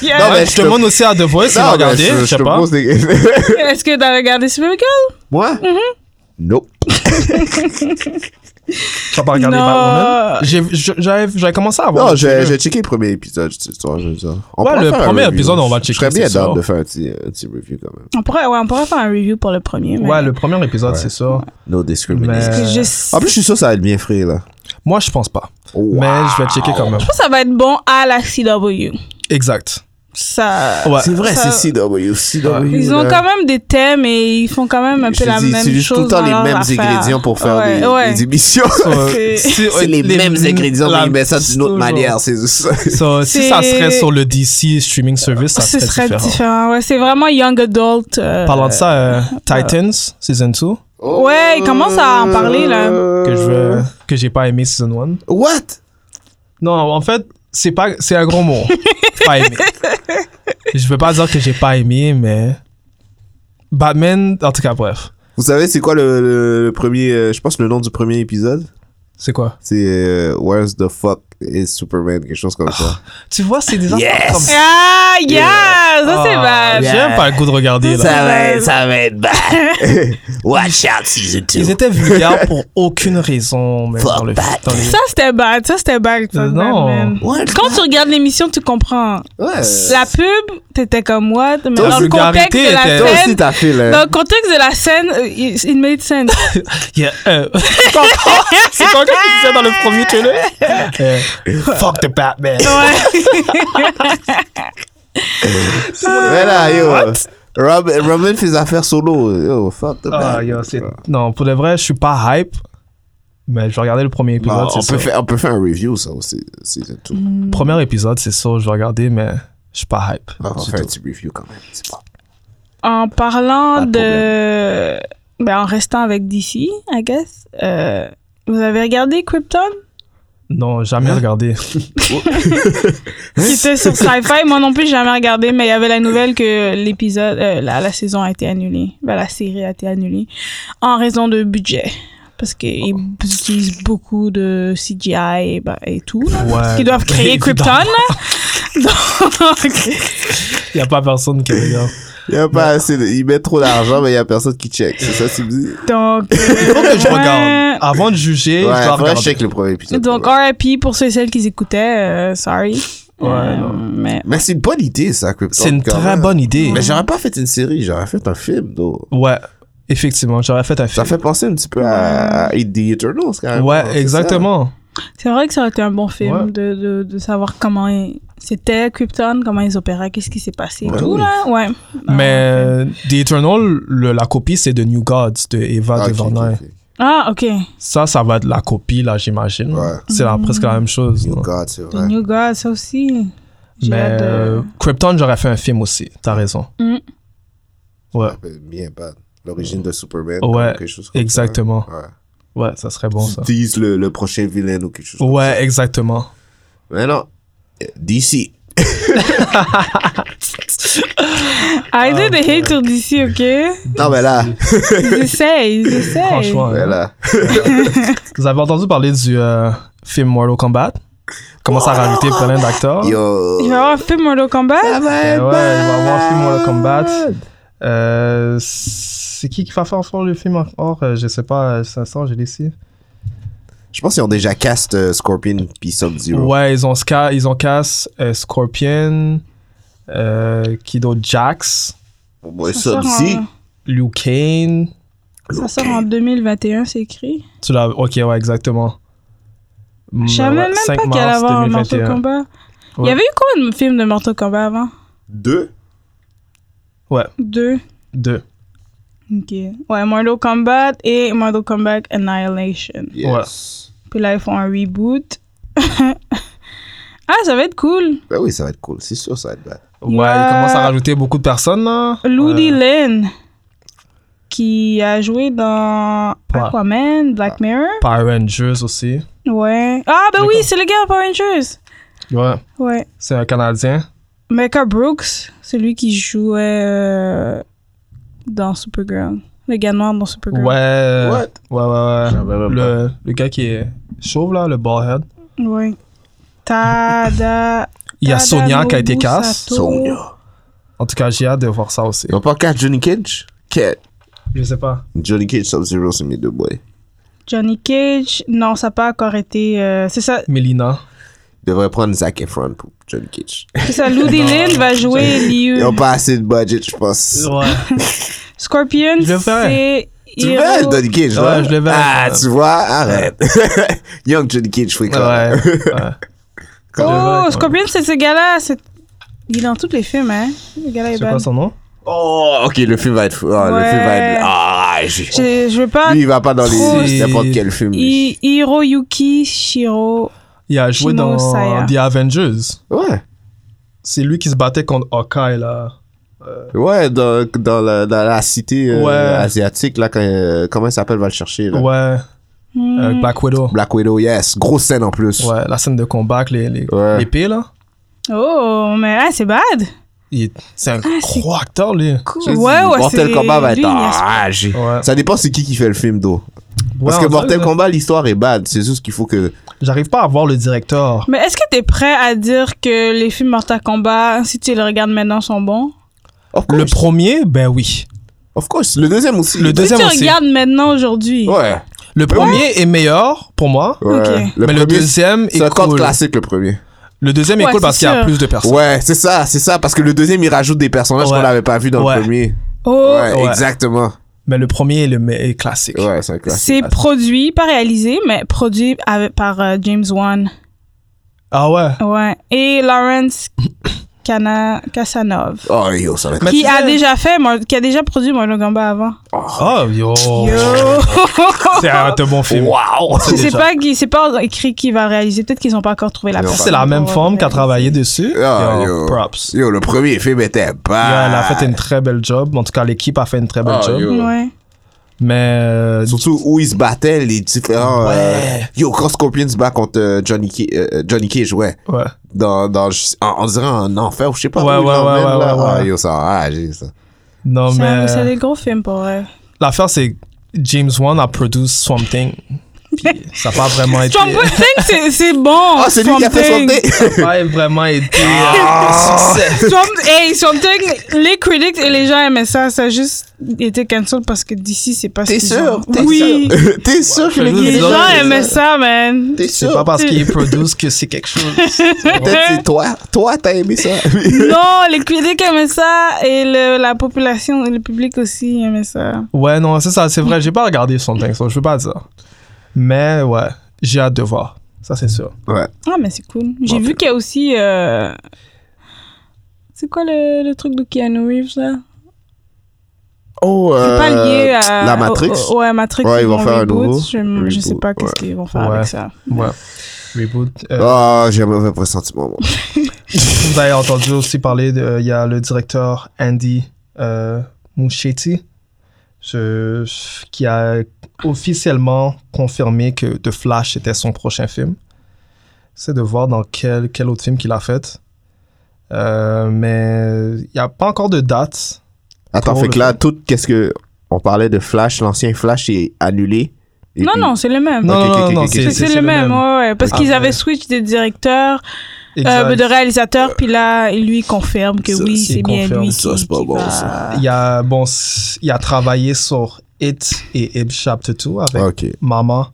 Speaker 1: Il y a-
Speaker 3: Non, mais
Speaker 2: Ouais,
Speaker 3: je
Speaker 2: je
Speaker 3: te-
Speaker 2: te demande aussi à The Voice si
Speaker 3: Non,
Speaker 2: vous
Speaker 3: mais
Speaker 2: regardez, je sais
Speaker 3: te
Speaker 2: pas.
Speaker 3: pose des-
Speaker 1: Est-ce que t'as regardé Supergirl?
Speaker 3: Moi? Nope.
Speaker 2: Tu vas pas regarder
Speaker 1: Non.
Speaker 2: Batwoman J'ai- je- J'avais j'avais commencé à avoir.
Speaker 3: Non,
Speaker 2: des
Speaker 3: j'ai
Speaker 2: curieux.
Speaker 3: j'ai checké le premier épisode, cette histoire, je veux dire. On
Speaker 2: Ouais,
Speaker 3: pourra
Speaker 2: le
Speaker 3: faire un
Speaker 2: premier
Speaker 3: review.
Speaker 2: épisode, on va le
Speaker 3: Je serais
Speaker 2: checker,
Speaker 3: bien
Speaker 2: c'est
Speaker 3: d'âme
Speaker 2: sûr.
Speaker 3: de faire un petit, un petit review quand même.
Speaker 1: On pourrait, ouais, on pourrait faire un review pour le premier. mais-
Speaker 2: Ouais, le premier épisode,
Speaker 3: Ouais. Euh, ah,
Speaker 2: c'est ça.
Speaker 3: No discrimination.
Speaker 1: Parce que je...
Speaker 3: En plus, je suis sûr que ça va être bien frais, là.
Speaker 2: Moi, je pense pas.
Speaker 3: Oh,
Speaker 2: Mais je vais checker quand même.
Speaker 1: je pense que ça va être bon à la CW.
Speaker 2: Exact.
Speaker 1: Ça.
Speaker 2: Ouais.
Speaker 3: C'est vrai,
Speaker 1: Ça-
Speaker 3: c'est CW. CW.
Speaker 1: Ils ont quand même des thèmes et ils font quand même un peu la même
Speaker 3: C'est
Speaker 1: chose.
Speaker 3: juste tout le temps
Speaker 1: dans
Speaker 3: les
Speaker 1: leur
Speaker 3: mêmes
Speaker 1: affaire.
Speaker 3: ingrédients pour faire
Speaker 1: Ouais,
Speaker 3: des,
Speaker 1: ouais.
Speaker 3: des émissions.
Speaker 2: Euh,
Speaker 1: C'est-
Speaker 3: C'est les, mêmes ingrédients, mais ils mettent ça d'une autre manière, c'est juste ça.
Speaker 2: So, si
Speaker 1: C'est-
Speaker 2: ça serait sur le DC streaming service, ça
Speaker 1: Ce
Speaker 2: serait,
Speaker 1: serait
Speaker 2: différent.
Speaker 1: différent. ouais. C'est vraiment young adult. euh,
Speaker 2: Parlant de ça, euh, Titans Season 2,
Speaker 1: Ouais, ils commencent à en parler, là.
Speaker 3: Euh,
Speaker 2: que je veux, que j'ai pas aimé Season 1.
Speaker 3: What?
Speaker 2: Non, en fait, c'est pas c'est un gros mot. pas aimé. Je veux pas dire que j'ai pas aimé, mais Batman, en tout cas, bref.
Speaker 3: Vous savez, c'est quoi le, le- le premier. euh, je pense le nom du premier épisode
Speaker 2: C'est quoi
Speaker 3: C'est euh, Where's the fuck is Superman Quelque chose comme ça.
Speaker 2: Tu vois, c'est des
Speaker 3: Yes!
Speaker 2: affaires comme
Speaker 1: Ah, yeah! Ça, c'est
Speaker 2: Ah,
Speaker 1: bad.
Speaker 2: J'aime pas le goût de regarder là.
Speaker 1: va-
Speaker 3: ça va être bad. Watch out season
Speaker 2: Ils étaient vulgaires pour aucune raison, même dans le dans les-
Speaker 1: Ça, c'était bad. Ça, c'était bad. ça,
Speaker 2: Euh,
Speaker 1: c'était
Speaker 2: non.
Speaker 1: bad, man. Quand tu regardes l'émission, tu comprends.
Speaker 2: Ah.
Speaker 3: Ouais.
Speaker 1: La pub, t'étais comme what? Mais
Speaker 3: Euh, Toi,
Speaker 1: dans le contexte
Speaker 2: vulgarité
Speaker 1: de la
Speaker 2: était-
Speaker 3: Toi aussi,
Speaker 1: scène,
Speaker 3: t'as fait le.
Speaker 1: dans le contexte de la scène, euh, it it made sense.
Speaker 2: Yeah, euh, c'est encore- c'est encore ce qu'il disait dans le premier trailer. Euh, fuck the Batman.
Speaker 1: Ouais.
Speaker 3: Mais là, Ah, yo. Rob, Robin fait affaires solo. Yo, fuck the
Speaker 2: Ah,
Speaker 3: bad.
Speaker 2: yo, c'est- non, pour de vrai, je suis pas hype. Mais je vais regarder le premier
Speaker 3: Bon,
Speaker 2: épisode,
Speaker 3: Bah, on,
Speaker 2: c'est
Speaker 3: peut
Speaker 2: sûr.
Speaker 3: faire, on peut faire un review, ça aussi. C'est tout.
Speaker 1: Mm.
Speaker 2: Premier épisode, c'est sûr, je vais regarder, mais je suis pas hype.
Speaker 3: Bah, On va
Speaker 2: du
Speaker 3: faire un
Speaker 2: tout.
Speaker 3: petit review quand même. C'est pas.
Speaker 1: En parlant
Speaker 3: Pas de
Speaker 1: de. Ben, en restant avec DC, I guess. euh, vous avez regardé Krypton?
Speaker 2: Non,
Speaker 3: Hein?
Speaker 2: jamais regardé. Hein?
Speaker 1: C'était sur Sci-Fi. Moi non plus, j'ai jamais regardé, mais il y avait la nouvelle que l'épisode, euh, la, la saison a été annulée. Ben, la série a été annulée en raison de budget. Parce qu'ils utilisent beaucoup de CGI et, ben, et tout. là,
Speaker 2: Ouais,
Speaker 1: parce qu'ils doivent
Speaker 2: ben,
Speaker 1: créer Krypton.
Speaker 2: évidemment.
Speaker 1: là. Donc,
Speaker 2: Il n'y a pas personne qui regarde.
Speaker 3: Il y a pas assez de... Il met trop d'argent, mais il y a personne qui check. C'est ça, tu me dis?
Speaker 1: donc
Speaker 2: Il faut que je
Speaker 1: ouais.
Speaker 2: regarde. Ah, Avant de juger,
Speaker 3: Ouais,
Speaker 2: je
Speaker 3: faudrait
Speaker 2: dois
Speaker 3: que je
Speaker 2: regarder.
Speaker 3: check le premier épisode.
Speaker 1: Donc, RIP pour ceux et celles qui écoutaient, euh, sorry.
Speaker 2: Ouais,
Speaker 1: Euh,
Speaker 2: non.
Speaker 1: mais
Speaker 3: Mais c'est une bonne idée, ça, Krypton.
Speaker 2: C'est une
Speaker 3: quand
Speaker 2: très
Speaker 3: même.
Speaker 2: bonne idée.
Speaker 3: euh, Mais j'aurais pas fait une série, j'aurais fait un film, though.
Speaker 2: Ouais, effectivement, j'aurais fait un
Speaker 3: Ça
Speaker 2: film.
Speaker 3: fait penser un petit peu à, à Eat the Eternals, quand même. Ah, C'est ça.
Speaker 2: Ouais, exactement.
Speaker 1: c'est vrai que ça aurait été un bon film
Speaker 2: Ouais.
Speaker 1: de, de, de savoir comment ils- c'était Krypton, comment ils opéraient, qu'est-ce qui s'est passé et
Speaker 3: Ouais,
Speaker 1: tout,
Speaker 3: oui.
Speaker 1: là. Ouais.
Speaker 2: Mais euh, The Eternal, le- la copie, c'est de New Gods de Eva
Speaker 3: Ah, ok,
Speaker 2: DeVon High.
Speaker 3: ok, ok.
Speaker 1: Ah, ok.
Speaker 2: Ça, ça va être la copie, là, j'imagine.
Speaker 3: Ouais.
Speaker 2: C'est la- presque la même chose.
Speaker 3: Oh
Speaker 2: là.
Speaker 3: God, c'est
Speaker 1: The
Speaker 3: vrai.
Speaker 1: New God, ça aussi. Mm. J'ai
Speaker 2: Mais
Speaker 1: hâte de-
Speaker 2: euh, Krypton, j'aurais fait un film aussi. T'as raison.
Speaker 1: Mm.
Speaker 2: Ouais,
Speaker 3: Bien bad. L'origine de Superman.
Speaker 2: Ouais,
Speaker 3: ou quelque chose comme
Speaker 2: exactement.
Speaker 3: ça. Ouais.
Speaker 2: Ouais, ça serait bon, ça.
Speaker 3: Tu utilises le, le prochain vilain ou quelque chose. comme
Speaker 2: Ouais, exactement.
Speaker 3: ça. Mais non, euh, DC.
Speaker 1: Ah, I did
Speaker 2: Ah,
Speaker 1: the hate sur DC, ok?
Speaker 3: Non, mais là,
Speaker 1: Ils essayent, ils essayent.
Speaker 2: Franchement,
Speaker 3: mais là.
Speaker 2: vous avez entendu parler du euh, film Mortal Kombat? Comment ça a rajouté plein d'acteurs?
Speaker 3: Yo. Ah,
Speaker 1: Il va y avoir un film Mortal Kombat?
Speaker 2: Ouais, ouais, il va avoir un film Mortal Eh Kombat. Euh, c'est qui qui va faire encore le film encore? Euh, Je sais pas, 500, j'ai laissé.
Speaker 3: Je pense qu'ils ont déjà cast euh, Scorpion puis Sub-Zero.
Speaker 2: Ouais, ils ont, Ska- ils ont Cass, euh, Scorpion, euh, qui d'autre? Jax,
Speaker 3: Au moins
Speaker 1: Ça
Speaker 3: ça,
Speaker 1: sort
Speaker 3: DC.
Speaker 1: en-
Speaker 2: Liu Kane.
Speaker 1: Ça sort en 2021, c'est écrit.
Speaker 2: Tu l'as. Ok, ouais, exactement. Mm, Hmm,
Speaker 1: Je savais même pas qu'il allait avoir un Mortal Kombat. Il y
Speaker 2: Ouais.
Speaker 1: avait eu combien de films de Mortal Kombat avant?
Speaker 3: Deux.
Speaker 1: Deux.
Speaker 2: 2.
Speaker 1: Ok. Ouais, Mortal Kombat et Mortal Kombat Annihilation.
Speaker 3: Yes.
Speaker 1: Puis là, ils font un reboot. ah, ça va être cool.
Speaker 3: Ben oui, ça va être cool. C'est sûr, ça va être bad.
Speaker 2: Ouais,
Speaker 1: Ouais.
Speaker 2: ils commencent à rajouter beaucoup de personnes, là. Euh,
Speaker 1: Ludi
Speaker 2: Ouais.
Speaker 1: Lin, qui a joué dans
Speaker 2: Ouais.
Speaker 1: Aquaman,
Speaker 2: Ah.
Speaker 1: Black Mirror.
Speaker 2: Power Rangers aussi.
Speaker 1: Ouais. Ah, ben
Speaker 2: D'accord.
Speaker 1: oui, c'est le gars à Power Rangers.
Speaker 2: Ouais.
Speaker 1: Ouais.
Speaker 2: C'est un Canadien.
Speaker 1: Mecca Brooks, celui qui jouait euh, dans Supergirl. Le gars noir dans
Speaker 2: Ouais.
Speaker 1: Supergirl.
Speaker 2: Ouais,
Speaker 3: What?
Speaker 2: ouais, ouais.
Speaker 3: J'avais même
Speaker 2: Le, le gars qui est chauve, là, le ballhead.
Speaker 1: Ouais. Tada.
Speaker 2: Il y a
Speaker 1: Tada
Speaker 2: Sonia qui a été
Speaker 1: Nobu
Speaker 2: casse.
Speaker 1: Sato.
Speaker 3: Sonya.
Speaker 2: En tout cas, j'ai hâte de voir ça aussi.
Speaker 3: Ils n'ont pas encore Johnny Cage? Quête.
Speaker 2: Je sais pas.
Speaker 3: Johnny Cage, Sub-Zero, c'est mes deux boys.
Speaker 1: Johnny Cage, non, ça n'a pas encore été. euh, c'est ça,
Speaker 2: Melina.
Speaker 3: Ils devraient prendre Zac Efron pour Johnny Cage.
Speaker 1: c'est ça. Ludi Lin va jouer
Speaker 3: Ils
Speaker 1: Liu.
Speaker 3: n'ont pas assez de budget, je pense.
Speaker 2: Ouais.
Speaker 1: Scorpion,
Speaker 2: Je le
Speaker 1: c'est.
Speaker 3: Tu
Speaker 1: Hiro-
Speaker 3: veux Johnny Cage,
Speaker 2: Ouais,
Speaker 3: là?
Speaker 2: je le veux.
Speaker 3: Ah, tu vois, arrête. Young Johnny Cage, freak
Speaker 2: ouais.
Speaker 1: Oh,
Speaker 2: Ouais.
Speaker 1: Scorpion, c'est ce gars-là. c'est- Il est dans tous les films, hein. Le gars-là est
Speaker 2: C'est
Speaker 1: bad.
Speaker 2: quoi son nom?
Speaker 3: Oh, ok, le film va être fou. Oh, Le
Speaker 1: Ouais.
Speaker 3: film va être. Ah, j'ai-
Speaker 1: Je, je veux pas.
Speaker 3: lui, il va pas dans
Speaker 1: Trop-
Speaker 3: les n'importe quel film. lui.
Speaker 1: Hi- Hiroyuki Shiro.
Speaker 2: Il a
Speaker 1: Shimo
Speaker 2: joué dans
Speaker 1: Saya.
Speaker 2: The Avengers.
Speaker 3: Ouais,
Speaker 2: C'est lui qui se battait contre Hawkeye, là.
Speaker 3: ouais, dans, dans, la, dans la cité euh,
Speaker 2: Ouais.
Speaker 3: asiatique, là, quand, euh, comment il s'appelle, va le chercher. Là.
Speaker 2: Ouais. Euh,
Speaker 1: Hmm.
Speaker 2: Black Widow.
Speaker 3: Black Widow, yes, grosse scène en plus.
Speaker 2: Ouais, la scène de combat avec les, les,
Speaker 3: Ouais.
Speaker 2: l'épée, là.
Speaker 1: Oh, mais ah, c'est bad.
Speaker 2: Il est- c'est un gros acteur, lui.
Speaker 1: Ah, Cool.
Speaker 3: Je dis,
Speaker 1: Ouais, ouais,
Speaker 3: Mortal
Speaker 1: c'est-
Speaker 3: Kombat va
Speaker 1: lui,
Speaker 3: être
Speaker 1: il a-
Speaker 3: enragé.
Speaker 2: Ouais.
Speaker 3: Ça dépend c'est qui qui fait le film, d'eau. Parce
Speaker 2: Ouais,
Speaker 3: que
Speaker 2: on
Speaker 3: Mortal
Speaker 2: dirait-
Speaker 3: Kombat, l'histoire est bad. C'est juste qu'il faut que.
Speaker 2: J'arrive pas à voir le directeur.
Speaker 1: Mais est-ce que t'es prêt à dire que les films Mortal Kombat, si tu les regardes maintenant, sont bons?
Speaker 3: Of
Speaker 2: Le
Speaker 3: course.
Speaker 2: premier, ben oui.
Speaker 3: Of course. Le deuxième aussi.
Speaker 2: Le
Speaker 1: Si tu
Speaker 2: deuxième aussi.
Speaker 1: regardes maintenant aujourd'hui.
Speaker 3: Ouais.
Speaker 2: Le premier est meilleur pour moi,
Speaker 3: Ben ouais.
Speaker 1: Ok.
Speaker 2: mais le
Speaker 3: premier,
Speaker 2: deuxième est
Speaker 3: C'est un code
Speaker 2: cool.
Speaker 3: classique, le premier.
Speaker 2: Le deuxième
Speaker 1: Ouais,
Speaker 2: est cool
Speaker 1: c'est
Speaker 2: parce qu'il y a
Speaker 1: sûr.
Speaker 2: plus de personnes.
Speaker 3: Ouais, c'est ça, c'est ça. Parce que le deuxième, il rajoute des personnages
Speaker 2: Ouais.
Speaker 3: qu'on n'avait pas vus dans
Speaker 2: Ouais.
Speaker 3: le premier.
Speaker 1: Oh,
Speaker 3: Ouais,
Speaker 2: Ouais.
Speaker 3: exactement.
Speaker 2: Mais le premier est le me- est classique.
Speaker 3: Ouais, c'est un classique.
Speaker 1: C'est produit, pas réalisé, mais produit avec- par euh, James Wan.
Speaker 2: Ah ouais.
Speaker 1: Ouais. Et Lawrence Cana Casanov.
Speaker 3: Oh, yo, ça va être.
Speaker 2: Mais
Speaker 1: Qui
Speaker 2: tu
Speaker 1: a
Speaker 2: sais-
Speaker 1: déjà fait, Mor- qui a déjà produit Mortal Kombat avant.
Speaker 2: Oh yo. C'est un très bon film.
Speaker 3: Waouh!
Speaker 2: C'est
Speaker 1: Je sais
Speaker 2: déjà-
Speaker 1: pas, qui- c'est pas écrit qui va réaliser. Peut-être qu'ils ont pas encore trouvé la
Speaker 3: Non,
Speaker 1: personne.
Speaker 2: C'est la même
Speaker 1: pour, euh,
Speaker 2: femme qui a
Speaker 1: réaliser.
Speaker 2: travaillé dessus.
Speaker 3: Ah,
Speaker 2: Yo,
Speaker 3: yo.
Speaker 2: Props.
Speaker 3: Yo, le premier film était
Speaker 2: Yo,
Speaker 3: bad.
Speaker 2: elle a fait une très belle job. En tout cas, l'équipe a fait une très belle
Speaker 3: Ah,
Speaker 2: job.
Speaker 3: yo.
Speaker 1: Ouais.
Speaker 2: Mais euh,
Speaker 3: Surtout où ils se battaient, les différents. euh,
Speaker 2: Ouais.
Speaker 3: yo, quand Scorpion se bat contre euh, Johnny, Ki- euh, Johnny Cage, ouais.
Speaker 2: ouais.
Speaker 3: Dans, dans, je- en, on dirait en enfer, ou je sais pas.
Speaker 2: Ouais,
Speaker 3: où ils
Speaker 2: ouais,
Speaker 3: l'emmènent,
Speaker 2: ouais,
Speaker 3: là.
Speaker 2: ouais, ouais. Oh,
Speaker 3: Ah, yo, ça a ragé, ça.
Speaker 2: Non,
Speaker 1: C'est un-
Speaker 2: mais.
Speaker 1: C'est des gros films pour vrai.
Speaker 2: L'affaire, c'est que James Wan a produit Swamp Thing. Puis ça n'a pas vraiment été.
Speaker 1: Swamp Thing, c'est- c'est bon.
Speaker 3: Ah, c'est lui qui a fait son thé!
Speaker 2: ça a pas vraiment euh, été.
Speaker 1: Swamp- hey, Swamp Thing, les critics et les gens aimaient ça. Ça a juste été cancel parce que d'ici, c'est pas ce
Speaker 3: T'es
Speaker 1: qu'ils
Speaker 3: sûr?
Speaker 1: ont.
Speaker 3: T'es
Speaker 1: Oui.
Speaker 3: sûr? T'es sûr que
Speaker 2: Ouais,
Speaker 3: le
Speaker 2: je
Speaker 1: Les
Speaker 2: vous
Speaker 1: gens
Speaker 2: autres,
Speaker 1: aimaient ça, man.
Speaker 3: T'es
Speaker 2: C'est
Speaker 3: sûr?
Speaker 2: pas parce qu'il produit que c'est quelque chose.
Speaker 3: Peut-être c'est toi. Toi, t'as aimé ça.
Speaker 1: Non, les critiques aimaient ça et le- la population, le public aussi aimait ça.
Speaker 2: Ouais, non, c'est ça, c'est vrai. J'ai pas regardé son thing, so je peux pas dire. Mais ouais, j'ai hâte de voir. Ça, c'est sûr.
Speaker 3: ouais.
Speaker 1: Ah, mais c'est cool. J'ai
Speaker 3: Bon,
Speaker 1: vu qu'il y a aussi. euh, C'est quoi le, le truc de Keanu Reeves là
Speaker 3: Oh,
Speaker 1: C'est
Speaker 3: euh,
Speaker 1: pas lié à.
Speaker 3: La Matrix.
Speaker 1: au- au- ouais, Matrix.
Speaker 3: Ouais, ils vont
Speaker 1: vont
Speaker 3: faire un
Speaker 1: reboot.
Speaker 3: nouveau
Speaker 1: Je, je sais
Speaker 3: reboot,
Speaker 1: pas qu'est-ce
Speaker 3: ouais.
Speaker 1: qu'ils vont faire
Speaker 2: Ouais.
Speaker 1: avec ça.
Speaker 2: Ouais. Reboot. Euh,
Speaker 3: Ah, j'ai un mauvais pressentiment, moi.
Speaker 2: Vous avez entendu aussi parler, de- il y a le directeur Andy euh, Muschietti je- je- qui a officiellement confirmé que The Flash était son prochain film. C'est de voir dans quel, quel autre film qu'il a fait. Euh, mais il n'y a pas encore de date.
Speaker 3: Attends,
Speaker 2: Pour
Speaker 3: fait
Speaker 2: le
Speaker 3: que là, tout, qu'est-ce que. On parlait de Flash, l'ancien Flash est annulé. Et
Speaker 1: Non,
Speaker 3: puis-
Speaker 1: non, c'est le même.
Speaker 2: Non,
Speaker 3: Ok,
Speaker 2: non,
Speaker 3: ok,
Speaker 2: non,
Speaker 3: ok,
Speaker 2: non,
Speaker 3: ok,
Speaker 2: c'est
Speaker 3: ok.
Speaker 1: C'est le, même, hein. ouais, ouais, Parce
Speaker 2: Ah,
Speaker 1: qu'ils
Speaker 2: ouais.
Speaker 1: avaient switch de directeur,
Speaker 2: Exact.
Speaker 1: euh, de réalisateur, puis là, il lui confirme que
Speaker 3: Ça,
Speaker 1: oui,
Speaker 2: c'est
Speaker 1: c'est bien
Speaker 2: confirme.
Speaker 1: lui.
Speaker 3: Ça,
Speaker 1: qui-
Speaker 3: c'est pas
Speaker 1: qui
Speaker 3: bon,
Speaker 1: va-
Speaker 3: ça.
Speaker 2: Il a, bon, s- il a travaillé sur It et It Chapter 2 avec
Speaker 3: Ok.
Speaker 2: Maman.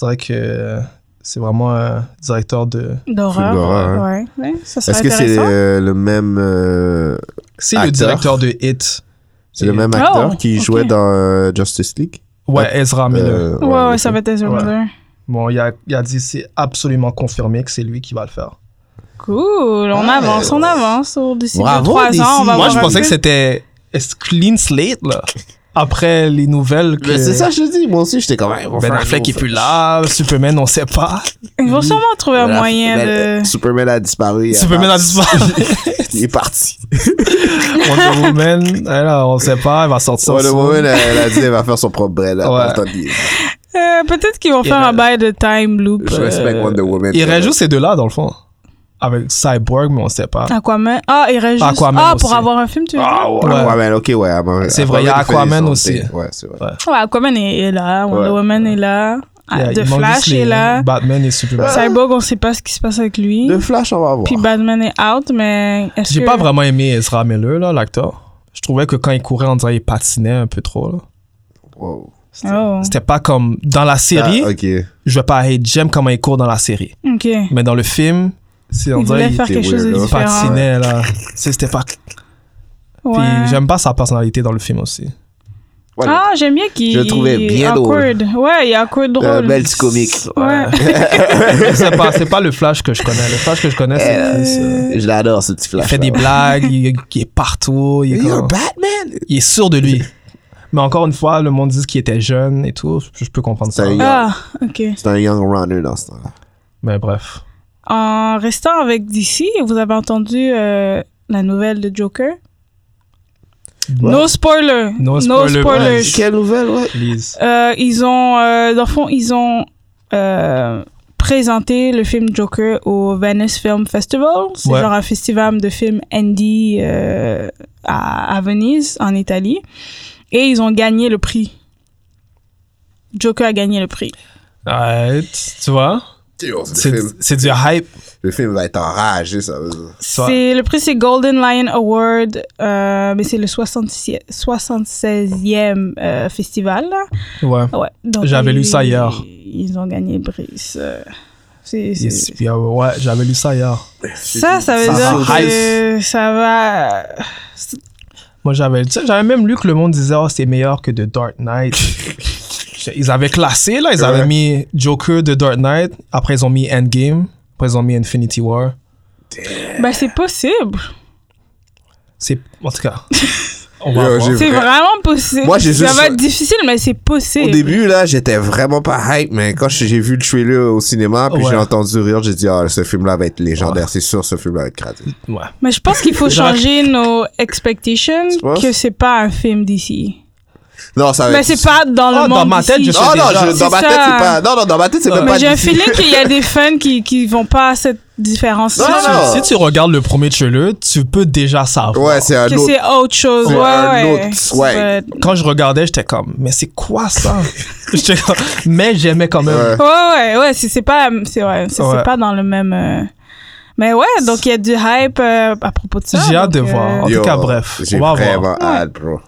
Speaker 2: On dirait que c'est vraiment un directeur de...
Speaker 1: D'horreur.
Speaker 3: Film d'horreur,
Speaker 1: Ouais. ouais, ça serait
Speaker 3: Est-ce que c'est
Speaker 1: intéressant.
Speaker 3: euh, le même. euh,
Speaker 2: C'est le
Speaker 3: Acteur.
Speaker 2: directeur de Hit.
Speaker 3: c'est le même
Speaker 1: Oh,
Speaker 3: acteur qui
Speaker 1: ok.
Speaker 3: jouait dans euh, Justice League
Speaker 2: Ouais, Ezra Miller.
Speaker 3: Euh,
Speaker 1: Ouais, ouais, ça va être Ezra
Speaker 2: Ouais.
Speaker 1: Miller.
Speaker 2: Bon, il a, il a dit c'est absolument confirmé que c'est lui qui va le faire.
Speaker 1: Cool, on avance, on avance. Sur d'ici
Speaker 3: Bravo,
Speaker 1: 2-3 ans, on
Speaker 3: Daisy.
Speaker 1: va
Speaker 2: Moi,
Speaker 1: voir
Speaker 2: je
Speaker 1: un
Speaker 2: pensais
Speaker 1: peu.
Speaker 2: que c'était est-ce clean slate, là. Après les nouvelles que
Speaker 3: Mais
Speaker 1: Ben,
Speaker 3: c'est ça, je te dis. Moi aussi, j'étais quand même.
Speaker 2: Ben Affleck est plus là, Superman, on sait pas.
Speaker 1: Ils vont sûrement trouver un
Speaker 2: Ben,
Speaker 1: moyen
Speaker 2: euh,
Speaker 1: de.
Speaker 3: Superman a disparu. il a-
Speaker 2: Superman a disparu.
Speaker 3: Il est parti.
Speaker 2: Wonder Woman, elle, on sait pas, elle va sortir.
Speaker 3: Ouais, le
Speaker 2: soon.
Speaker 3: moment, elle, elle a dit, elle va faire son propre bread. là,
Speaker 2: Ouais.
Speaker 3: par le temps d'y-
Speaker 1: Euh, Peut-être qu'ils vont faire un bail de time loop.
Speaker 3: Je
Speaker 1: euh,
Speaker 3: respecte Wonder Woman.
Speaker 2: Il rajoute ces deux-là, dans le fond. Avec Cyborg, mais on sait pas.
Speaker 1: Aquaman. Ah, il reste juste.
Speaker 2: Aquaman
Speaker 1: Ah, pour
Speaker 2: aussi.
Speaker 1: avoir un film, tu veux dire?
Speaker 3: Ah, ouais,
Speaker 2: Ouais.
Speaker 3: Aquaman, ok, ouais. Aquaman-
Speaker 2: C'est vrai, il y a
Speaker 3: fait des
Speaker 2: Aquaman
Speaker 3: sons,
Speaker 2: aussi.
Speaker 3: t'sais. Ouais, c'est vrai.
Speaker 1: Ouais, Aquaman est, est là,
Speaker 3: Ouais.
Speaker 1: Wonder Woman est là, Ah,
Speaker 2: Il y a-
Speaker 1: The
Speaker 2: il manque juste
Speaker 1: Flash
Speaker 2: les
Speaker 1: est là,
Speaker 2: Batman et Superman.
Speaker 1: Cyborg, on sait pas ce qui se passe avec lui.
Speaker 3: De Flash, on va voir.
Speaker 1: Puis Batman est out, mais est-ce
Speaker 2: J'ai
Speaker 1: que-
Speaker 2: pas vraiment aimé Ezra Miller, là, l'acteur. Je trouvais que quand il courait, on dirait qu'il patinait un peu trop. là.
Speaker 3: Wow.
Speaker 1: Oh,
Speaker 2: C'était pas comme dans la série,
Speaker 3: Ah, ok.
Speaker 2: je vais pas hate, j'aime comment il court dans la série.
Speaker 1: ok. Il
Speaker 2: Mais dans le film, c'est on
Speaker 1: voulait
Speaker 2: dirait qu'il
Speaker 1: faire quelque
Speaker 3: était
Speaker 1: chose de
Speaker 3: weirdo.
Speaker 1: différent.
Speaker 2: patinait là. C'est- C'était pas.
Speaker 1: Ouais.
Speaker 2: Puis j'aime pas sa personnalité dans le film aussi.
Speaker 3: Voilà.
Speaker 1: Ah, j'aime bien qu'il.
Speaker 3: Je le trouvais bien
Speaker 1: awkward. Ouais, il est awkward
Speaker 3: Euh,
Speaker 1: drôle.
Speaker 3: belle petit comique.
Speaker 1: Ouais.
Speaker 2: c'est pas, c'est pas le Flash que je connais. Le Flash que je connais, c'est plus, euh,
Speaker 3: Je l'adore, ce petit
Speaker 2: il
Speaker 3: Flash.
Speaker 2: fait des blagues, il, il est partout, il est,
Speaker 3: You're
Speaker 2: comme-
Speaker 3: Batman!
Speaker 2: il est sûr de lui. Mais encore une fois, le monde dit qu'il était jeune et tout. Je, je peux comprendre ça.
Speaker 3: Ça y est.
Speaker 1: Ah, ok.
Speaker 3: C'est un young runner dans ce temps-là.
Speaker 2: Mais Ben, bref.
Speaker 1: En restant avec DC, vous avez entendu euh, la nouvelle de Joker? No spoiler.
Speaker 2: No spoiler, ouais.
Speaker 1: Je-
Speaker 3: Quelle nouvelle, ouais.
Speaker 2: Please.
Speaker 1: Euh, ils ont, euh, dans le fond, ils ont euh, présenté le film Joker au Venice Film Festival. C'est
Speaker 2: Ouais.
Speaker 1: genre un festival de films indie euh, à, à Venise, en Italie. Et ils ont gagné le prix. Joker a gagné le prix.
Speaker 2: Ouais, tu- tu vois,
Speaker 3: Yo, c'est
Speaker 2: c'est
Speaker 3: Le film,
Speaker 2: c'est du hype.
Speaker 3: le film va être enragé, ça veut dire.
Speaker 2: Ça-
Speaker 1: C'est Le prix, c'est Golden Lion Award, euh, mais c'est le 66, 76e euh, festival. là. Ah
Speaker 2: Ouais.
Speaker 1: Ouais, donc
Speaker 2: J'avais lu
Speaker 1: ils-
Speaker 2: ça hier.
Speaker 1: Ils ont gagné le prix. C'est- c'est-
Speaker 2: Yes, puis, euh, ouais, j'avais lu ça hier.
Speaker 1: Ça, ça veut
Speaker 2: Ça
Speaker 1: dire
Speaker 2: va
Speaker 1: que ça va.
Speaker 2: Moi, j'avais tu sais, j'avais même lu que le monde disait, oh, c'est meilleur que The Dark Knight. ils avaient classé, là, ils avaient
Speaker 3: Ouais.
Speaker 2: mis Joker, The Dark Knight, après ils ont mis Endgame, après ils ont mis Infinity War.
Speaker 1: Ben, c'est possible.
Speaker 2: C'est, en tout cas, on va
Speaker 3: Yo,
Speaker 2: voir.
Speaker 3: j'ai-
Speaker 1: C'est
Speaker 3: vrai.
Speaker 1: vraiment possible.
Speaker 3: Moi, j'ai
Speaker 1: ça
Speaker 3: juste-
Speaker 1: va être difficile, mais c'est possible.
Speaker 3: Au début, là, j'étais vraiment pas hype, mais quand j'ai vu le trailer au cinéma, puis
Speaker 2: Ouais.
Speaker 3: j'ai entendu rire, j'ai dit, ah, ce film-là va être légendaire, c'est sûr, ce film-là va être crade.
Speaker 2: Ouais.
Speaker 1: Mais je pense qu'il faut changer nos expectations
Speaker 3: penses?
Speaker 1: que c'est pas un film d'ici.
Speaker 3: Non, ça va
Speaker 1: Mais
Speaker 3: être-
Speaker 1: c'est pas dans le
Speaker 2: Ah,
Speaker 1: monde.
Speaker 2: dans ma tête,
Speaker 1: d'ici.
Speaker 2: je sais
Speaker 3: Non, non,
Speaker 2: déjà.
Speaker 3: je- dans
Speaker 1: C'est
Speaker 3: ma tête,
Speaker 1: ça.
Speaker 3: c'est pas. Non, non, dans ma tête, c'est même pas
Speaker 1: Mais j'ai un
Speaker 3: d'ici.
Speaker 1: feeling qu'il y a des fans qui, qui vont pas à cette différence.
Speaker 3: Non, Ah non, non.
Speaker 2: Si tu regardes le premier trailer, tu peux déjà savoir.
Speaker 3: Ouais, c'est un
Speaker 1: Que
Speaker 3: autre.
Speaker 1: c'est autre chose.
Speaker 3: C'est
Speaker 1: ouais,
Speaker 3: un
Speaker 1: ouais.
Speaker 3: autre
Speaker 1: Ça
Speaker 3: swag.
Speaker 1: va être-
Speaker 2: Quand je regardais, j'étais comme, mais c'est quoi ça? J'étais comme- mais j'aimais quand même.
Speaker 3: Ouais.
Speaker 1: Ouais, ouais, ouais, c'est c'est pas, c'est ouais, c'est- c'est
Speaker 2: Ouais.
Speaker 1: pas dans le même. euh, Mais ouais, donc il y a du hype euh, à propos de ça.
Speaker 2: J'ai hâte
Speaker 1: donc, euh,
Speaker 2: de voir. En
Speaker 3: Yo,
Speaker 2: tout cas, bref,
Speaker 3: J'ai
Speaker 2: on va voir.
Speaker 3: vraiment hâte, bro.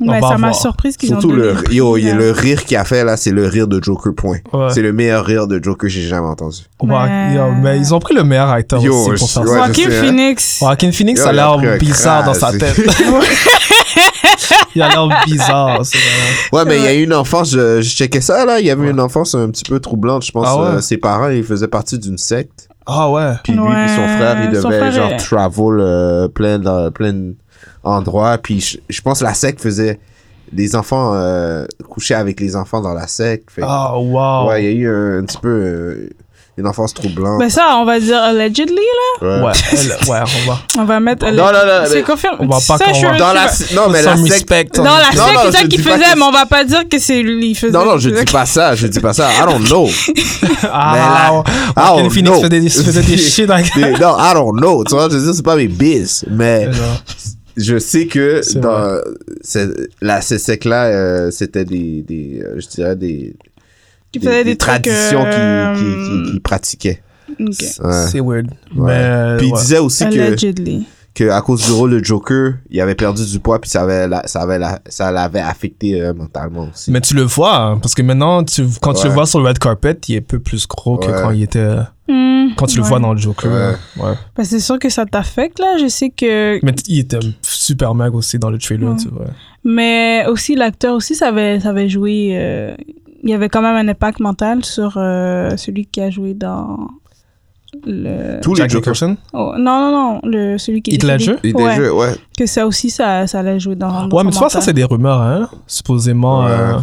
Speaker 1: Mais
Speaker 2: On va
Speaker 1: ça m'a
Speaker 2: voir.
Speaker 1: surprise qu'ils ont
Speaker 3: Surtout
Speaker 1: donné
Speaker 3: le,
Speaker 1: le prix,
Speaker 3: yo, il y a
Speaker 1: là.
Speaker 3: le rire qu'il a fait là, c'est le rire de Joker, point.
Speaker 2: Ouais.
Speaker 3: C'est le meilleur rire de Joker que j'ai jamais entendu.
Speaker 2: Ouais,
Speaker 1: Mais-
Speaker 2: yo, mais ils ont pris le meilleur acteur
Speaker 3: Yo,
Speaker 2: aussi
Speaker 3: je-
Speaker 2: pour faire
Speaker 3: ouais,
Speaker 2: ça.
Speaker 3: je-
Speaker 1: Joaquin
Speaker 3: sais, hein.
Speaker 1: Phoenix.
Speaker 2: Joaquin Phoenix
Speaker 3: Yo,
Speaker 2: a
Speaker 3: il a
Speaker 2: l'air
Speaker 3: pris un
Speaker 2: bizarre dans sa
Speaker 3: crasse.
Speaker 2: tête. il a l'air bizarre. c'est vrai.
Speaker 3: Ouais, mais il y a eu une enfance, je, je checkais ça là, il y avait une enfance un petit peu troublante, je pense.
Speaker 2: Ah ouais?
Speaker 3: euh, ses parents, ils faisaient partie d'une secte.
Speaker 2: Ah ouais.
Speaker 3: Puis lui,
Speaker 1: Ouais,
Speaker 3: puis son frère, il
Speaker 1: son
Speaker 3: devait
Speaker 1: frère,
Speaker 3: genre
Speaker 1: il-
Speaker 3: travel euh, plein, de- plein d'endroits. Puis je, je pense que la secte faisait les enfants euh, coucher avec les enfants dans la secte. Fait que-
Speaker 2: Ah, wow.
Speaker 3: Ouais, il y a eu un, un petit peu euh, une enfance troublante.
Speaker 1: Ben ça, on va dire allegedly, là.
Speaker 3: Ouais.
Speaker 2: Ben, Ouais, elle- ouais, on va.
Speaker 1: On va mettre.
Speaker 3: Non, non, non,
Speaker 1: C'est
Speaker 3: mais-
Speaker 1: confirmé.
Speaker 2: On va
Speaker 1: Ça,
Speaker 2: pas
Speaker 1: je suis-
Speaker 2: qu'on-
Speaker 1: je
Speaker 3: Dans
Speaker 1: suis
Speaker 3: la,
Speaker 1: pas-
Speaker 3: non, mais la
Speaker 2: Some
Speaker 3: secte,
Speaker 2: respect.
Speaker 1: Dans la
Speaker 3: Non,
Speaker 1: secte,
Speaker 3: non,
Speaker 1: c'est ça
Speaker 3: je
Speaker 1: qu'il
Speaker 3: dis pas
Speaker 1: faisait,
Speaker 3: que-
Speaker 1: mais on va pas dire que c'est lui. il faisait-
Speaker 3: Non, non, je dis pas ça, je dis pas ça. I don't know.
Speaker 2: Ah,
Speaker 3: là-
Speaker 2: ah,
Speaker 3: I don't
Speaker 2: Phoenix
Speaker 3: know.
Speaker 2: fait des, faisait des shit avec
Speaker 3: Des- non, I don't know. Tu vois, je veux dire, c'est pas mes biz. Mais je sais que
Speaker 2: C'est
Speaker 3: dans c'est- la CSEC-là, c'était des, des, euh, je dirais, des,
Speaker 1: euh, Qui faisait des trucs,
Speaker 3: traditions qui-
Speaker 1: euh,
Speaker 3: qui, qui, qui pratiquaient.
Speaker 1: Ok.
Speaker 3: Ouais.
Speaker 2: C'est weird.
Speaker 3: Ouais.
Speaker 2: Mais, euh,
Speaker 3: Puis il
Speaker 2: ouais.
Speaker 3: disait aussi que,
Speaker 1: Allegedly.
Speaker 3: que à cause du rôle de Joker, il avait perdu du poids, puis ça avait, la- ça avait, la- ça l'avait affecté euh, mentalement aussi.
Speaker 2: Mais tu le vois, hein, parce que maintenant, tu, quand tu le
Speaker 3: Ouais.
Speaker 2: vois sur le red carpet, il est un peu plus gros que
Speaker 3: Ouais.
Speaker 2: quand il était.
Speaker 1: Hmm,
Speaker 2: Quand tu le
Speaker 1: ouais.
Speaker 2: vois dans le Joker.
Speaker 3: Ouais.
Speaker 2: Ouais.
Speaker 1: Ben, c'est sûr que ça t'affecte, là. Je sais que.
Speaker 2: Mais t- il était super mag aussi dans le trailer,
Speaker 1: Ouais.
Speaker 2: tu vois.
Speaker 1: Mais aussi, l'acteur aussi, ça avait, ça avait joué. euh, il y avait quand même un impact mental sur euh, celui qui a joué dans. Le...
Speaker 3: Tous les
Speaker 2: Jack
Speaker 3: Jokers.
Speaker 2: Nicholson?
Speaker 1: oh, non, non, non, le, celui qui est
Speaker 2: Heath
Speaker 1: décédé.
Speaker 2: Ledger?
Speaker 3: Il
Speaker 1: Ouais,
Speaker 3: jeux, ouais.
Speaker 1: que ça aussi, ça, ça l'a joué dans. dans
Speaker 2: Ouais, mais
Speaker 1: son
Speaker 2: tu vois, ça, c'est
Speaker 1: mental.
Speaker 2: des rumeurs, hein? Supposément.
Speaker 3: Ouais.
Speaker 2: euh,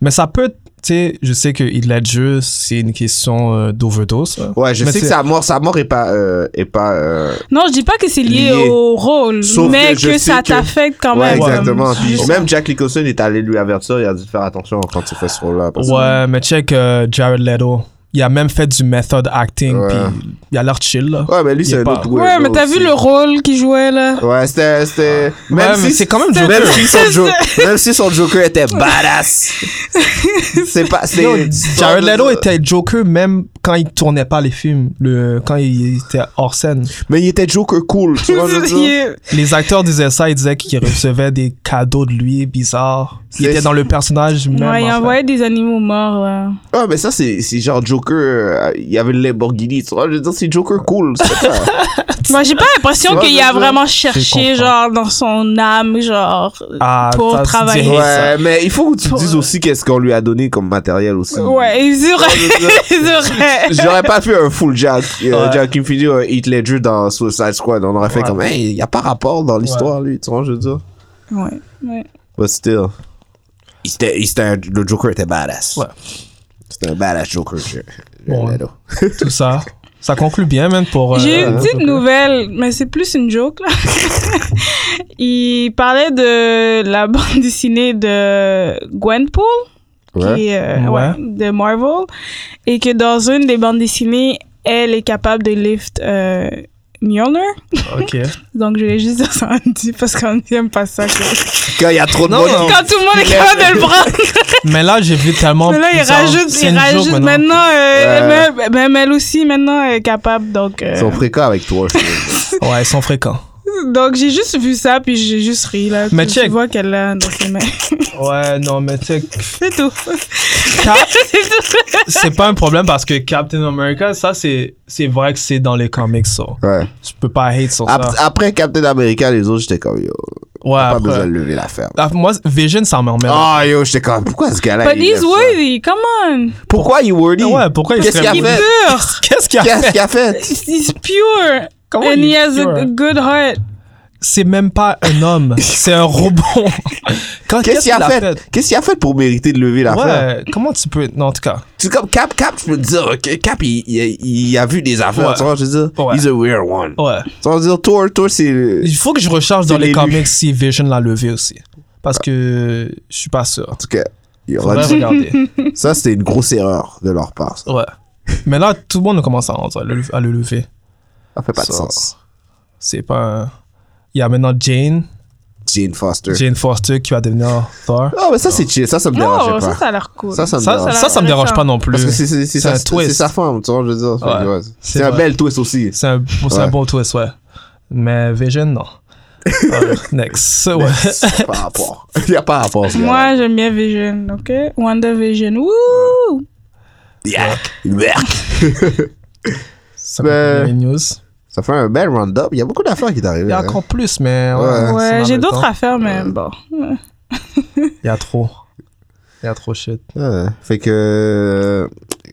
Speaker 2: Mais ça peut. Tu sais, je sais que Heath Ledger, c'est une question euh, d'overdose. hein.
Speaker 3: Ouais, je
Speaker 2: Mais
Speaker 3: sais que
Speaker 2: c'est-
Speaker 3: sa mort, sa mort est pas, euh, est pas, euh,
Speaker 1: Non, je dis pas que c'est lié,
Speaker 3: Lié.
Speaker 1: au rôle,
Speaker 3: Sauf
Speaker 1: mais
Speaker 3: que je
Speaker 1: que,
Speaker 3: sais
Speaker 1: ça
Speaker 3: que-
Speaker 1: t'affecte quand
Speaker 3: ouais,
Speaker 1: même.
Speaker 3: exactement.
Speaker 1: comme-
Speaker 3: Puis
Speaker 1: juste-
Speaker 3: même Jack Nicholson est allé lui avertir, il a dû faire attention quand il fait ce rôle-là. parce que-
Speaker 2: Ouais, mais check euh, Jared Leto. Il a même fait du method acting,
Speaker 3: Ouais.
Speaker 2: puis il a l'air chill, là.
Speaker 3: Ouais, mais lui,
Speaker 2: Il est
Speaker 3: c'est un
Speaker 2: pas-
Speaker 3: autre
Speaker 1: Ouais,
Speaker 3: weirdo
Speaker 1: mais t'as vu
Speaker 3: aussi.
Speaker 1: le rôle qu'il jouait, là
Speaker 3: Ouais, c'était, c'était, même
Speaker 2: ouais, mais
Speaker 3: si,
Speaker 2: c'est quand même
Speaker 3: même
Speaker 2: Joker.
Speaker 3: si son jo- même si son Joker était badass. c'est pas, c'est,
Speaker 2: Yo, Jared
Speaker 3: c'est-
Speaker 2: Leto était Joker même quand il tournait pas les films, le, quand il était hors scène.
Speaker 3: Mais il était Joker cool, tu vois, je veux
Speaker 1: Il
Speaker 3: dire.
Speaker 1: est-
Speaker 2: Les acteurs disaient ça, ils disaient qu'ils recevaient des cadeaux de lui bizarres. Il
Speaker 3: C'est-
Speaker 2: était dans le personnage même.
Speaker 1: Ouais, il
Speaker 2: en fait.
Speaker 1: envoyait des animaux morts, là.
Speaker 3: Ouais, Ah, mais ça, c'est, c'est genre Joker, euh, il y avait le Lamborghini, tu vois, je veux dire, c'est Joker cool, c'est ça.
Speaker 1: Moi, j'ai pas l'impression
Speaker 3: Ouais,
Speaker 1: qu'il
Speaker 3: je
Speaker 1: a
Speaker 3: vois.
Speaker 1: vraiment
Speaker 2: Je
Speaker 1: cherché,
Speaker 2: comprends.
Speaker 1: genre, dans son âme, genre,
Speaker 2: Ah,
Speaker 1: pour
Speaker 2: ça se
Speaker 1: travailler.
Speaker 2: dirait.
Speaker 3: Ouais, mais il faut que tu te dises aussi qu'est-ce qu'on lui a donné comme matériel aussi.
Speaker 1: Ouais, ils
Speaker 3: Je
Speaker 1: auraient.
Speaker 3: veux dire,
Speaker 1: Ils auraient.
Speaker 3: J'aurais pas fait un full Jack, euh,
Speaker 2: Ouais.
Speaker 3: Jack Infinity ou Heath Ledger dans Suicide Squad. On aurait fait
Speaker 2: Ouais.
Speaker 3: comme, hey, y a pas rapport dans l'histoire, lui, tu vois, je veux dire.
Speaker 1: Ouais, ouais.
Speaker 3: But still. Il était, il était un- le Joker était badass.
Speaker 2: Ouais.
Speaker 3: C'était un badass Joker. je- je-
Speaker 2: Ouais.
Speaker 3: Leto.
Speaker 2: Tout ça. Ça conclut bien, même pour. euh,
Speaker 1: J'ai une
Speaker 2: euh,
Speaker 1: petite nouvelle, mais c'est plus une joke, là. Il parlait de la bande dessinée de Gwenpool,
Speaker 3: Ouais.
Speaker 1: qui est, euh,
Speaker 2: Ouais.
Speaker 1: ouais, de Marvel, et que dans une des bandes dessinées, elle est capable de lift euh, Mjolnir.
Speaker 2: Ok.
Speaker 1: Donc, je vais juste dire ça, Andy, parce qu'on n'aime pas ça. que-
Speaker 3: Quand il y a trop de
Speaker 2: Non,
Speaker 3: monde
Speaker 2: non.
Speaker 3: qui-
Speaker 1: Quand tout le monde est capable de le prendre.
Speaker 2: Mais là, j'ai vu tellement.
Speaker 1: Mais là, il
Speaker 2: bizarre.
Speaker 1: rajoute,
Speaker 2: C'est
Speaker 1: il
Speaker 2: une joke
Speaker 1: rajoute
Speaker 2: maintenant.
Speaker 1: maintenant, euh,
Speaker 3: Ouais.
Speaker 1: même, même elle aussi maintenant est capable. Donc, euh,
Speaker 3: Ils sont fréquents avec toi. je trouve.
Speaker 2: Ouais, ils sont fréquents.
Speaker 1: donc j'ai juste vu ça, puis j'ai juste ri. Là.
Speaker 2: Mais
Speaker 1: tu,
Speaker 2: check.
Speaker 1: tu vois qu'elle l'a dans ses mains.
Speaker 2: Ouais, non, mais tu sais,
Speaker 1: C'est tout.
Speaker 2: Cap, c'est pas un problème parce que Captain America, ça, c'est c'est vrai que c'est dans les comics, ça.
Speaker 3: Ouais.
Speaker 2: Tu peux pas hate sur
Speaker 3: Ap-
Speaker 2: ça.
Speaker 3: Après Captain America, les autres, j'étais comme, yo,
Speaker 2: Ouais,
Speaker 3: pas
Speaker 2: après.
Speaker 3: besoin de lever la ferme.
Speaker 2: Ah, Moi, Vision, ça m'emmerde.
Speaker 3: Ah, yo, j'étais comme, pourquoi ce gars-là
Speaker 1: But
Speaker 3: Bah, il
Speaker 1: he's
Speaker 3: lève ça?
Speaker 1: worthy, come on.
Speaker 3: Pourquoi il worthy?
Speaker 2: Ouais, pourquoi il
Speaker 3: Ah, Qu'est-ce
Speaker 2: serait-
Speaker 3: qu'il
Speaker 1: He's
Speaker 3: a fait?
Speaker 1: pure.
Speaker 2: Qu'est-ce qu'il a
Speaker 3: Qu'est-ce
Speaker 2: fait?
Speaker 3: qu'il a fait?
Speaker 1: He's pure.
Speaker 2: Comment
Speaker 1: And
Speaker 2: il
Speaker 1: he
Speaker 2: est
Speaker 1: has
Speaker 2: pure?
Speaker 1: a good heart.
Speaker 2: C'est même pas un homme, c'est un robot. Quand-
Speaker 3: Qu'est-ce qu'il a fait? Qu'est-ce qu'il a fait pour mériter de lever la ferme?
Speaker 2: Ouais, comment tu peux. Non, en tout cas.
Speaker 3: C'est comme Cap, Cap, je peux te dire, ok, Cap, il, il- il a vu des affaires,
Speaker 2: Ouais.
Speaker 3: tu vois, je veux dire,
Speaker 2: Ouais.
Speaker 3: he's a weird one.
Speaker 2: Ouais.
Speaker 3: Tu vois, je veux dire, Thor, Thor, c'est...
Speaker 2: Il faut que je recherche dans
Speaker 3: C'est
Speaker 2: les
Speaker 3: l'élu.
Speaker 2: comics si Vision l'a levé aussi. Parce que je suis pas sûr.
Speaker 3: tout cas, il y aura
Speaker 2: Faudrait
Speaker 3: du-
Speaker 2: regarder.
Speaker 3: ça, c'était une grosse erreur de leur part. Ça,
Speaker 2: Ouais. Mais là, tout le monde a commencé à le, à le lever.
Speaker 3: ça fait pas de
Speaker 2: Ça-
Speaker 3: sens.
Speaker 2: C'est pas. un- Il y a maintenant Jane,
Speaker 3: Jane Foster.
Speaker 2: Jane Foster qui va devenir Thor.
Speaker 3: Ah, mais ça, c'est chill. Ça, ça me dérangeait
Speaker 1: Oh, ça,
Speaker 3: pas.
Speaker 1: ça a l'air cool.
Speaker 3: Ça, ça me
Speaker 2: Ça,
Speaker 3: dérange.
Speaker 2: ça,
Speaker 1: Ça,
Speaker 2: ça, me dérange
Speaker 1: ça.
Speaker 2: pas non plus.
Speaker 3: Ah, Parce que c'est- c'est c'est
Speaker 2: C'est un
Speaker 3: sa-
Speaker 2: twist.
Speaker 3: c'est sa femme, tu vois, je veux dire.
Speaker 2: Ouais.
Speaker 3: Ouais.
Speaker 2: C'est
Speaker 3: C'est un
Speaker 2: vrai.
Speaker 3: bel twist aussi.
Speaker 2: C'est un, c'est un
Speaker 3: Ouais.
Speaker 2: bon twist, ouais. Mais Vision, non. Euh, next. Ouais.
Speaker 3: Par rapport. Il n'y a pas rapport. ce gars-là.
Speaker 1: Moi, j'aime bien Vision, ok? WandaVision, wouh!
Speaker 3: Yeah. Yeah.
Speaker 2: Ça
Speaker 3: Ben,
Speaker 2: peut les news.
Speaker 3: Ça fait un bel round-up. Il y a beaucoup d'affaires qui t'arrivent.
Speaker 2: Il y a
Speaker 3: hein.
Speaker 2: encore plus, mais.
Speaker 3: Ouais.
Speaker 2: c'est
Speaker 1: Ouais,
Speaker 2: dans
Speaker 1: j'ai
Speaker 2: le
Speaker 1: d'autres
Speaker 2: temps.
Speaker 1: affaires, mais bon.
Speaker 2: Il y a trop. Il y a trop shit.
Speaker 3: Ouais. Fait que. euh,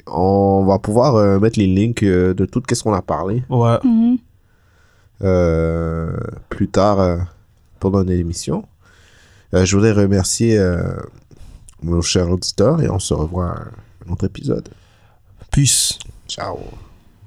Speaker 3: On va pouvoir euh, mettre les links euh, de tout ce qu'on a parlé
Speaker 2: Ouais.
Speaker 1: Mhm.
Speaker 3: euh, plus tard euh, pendant l'émission. Euh, je voudrais remercier euh, nos chers auditeurs et on se revoit à un autre épisode.
Speaker 2: Peace.
Speaker 3: Ciao.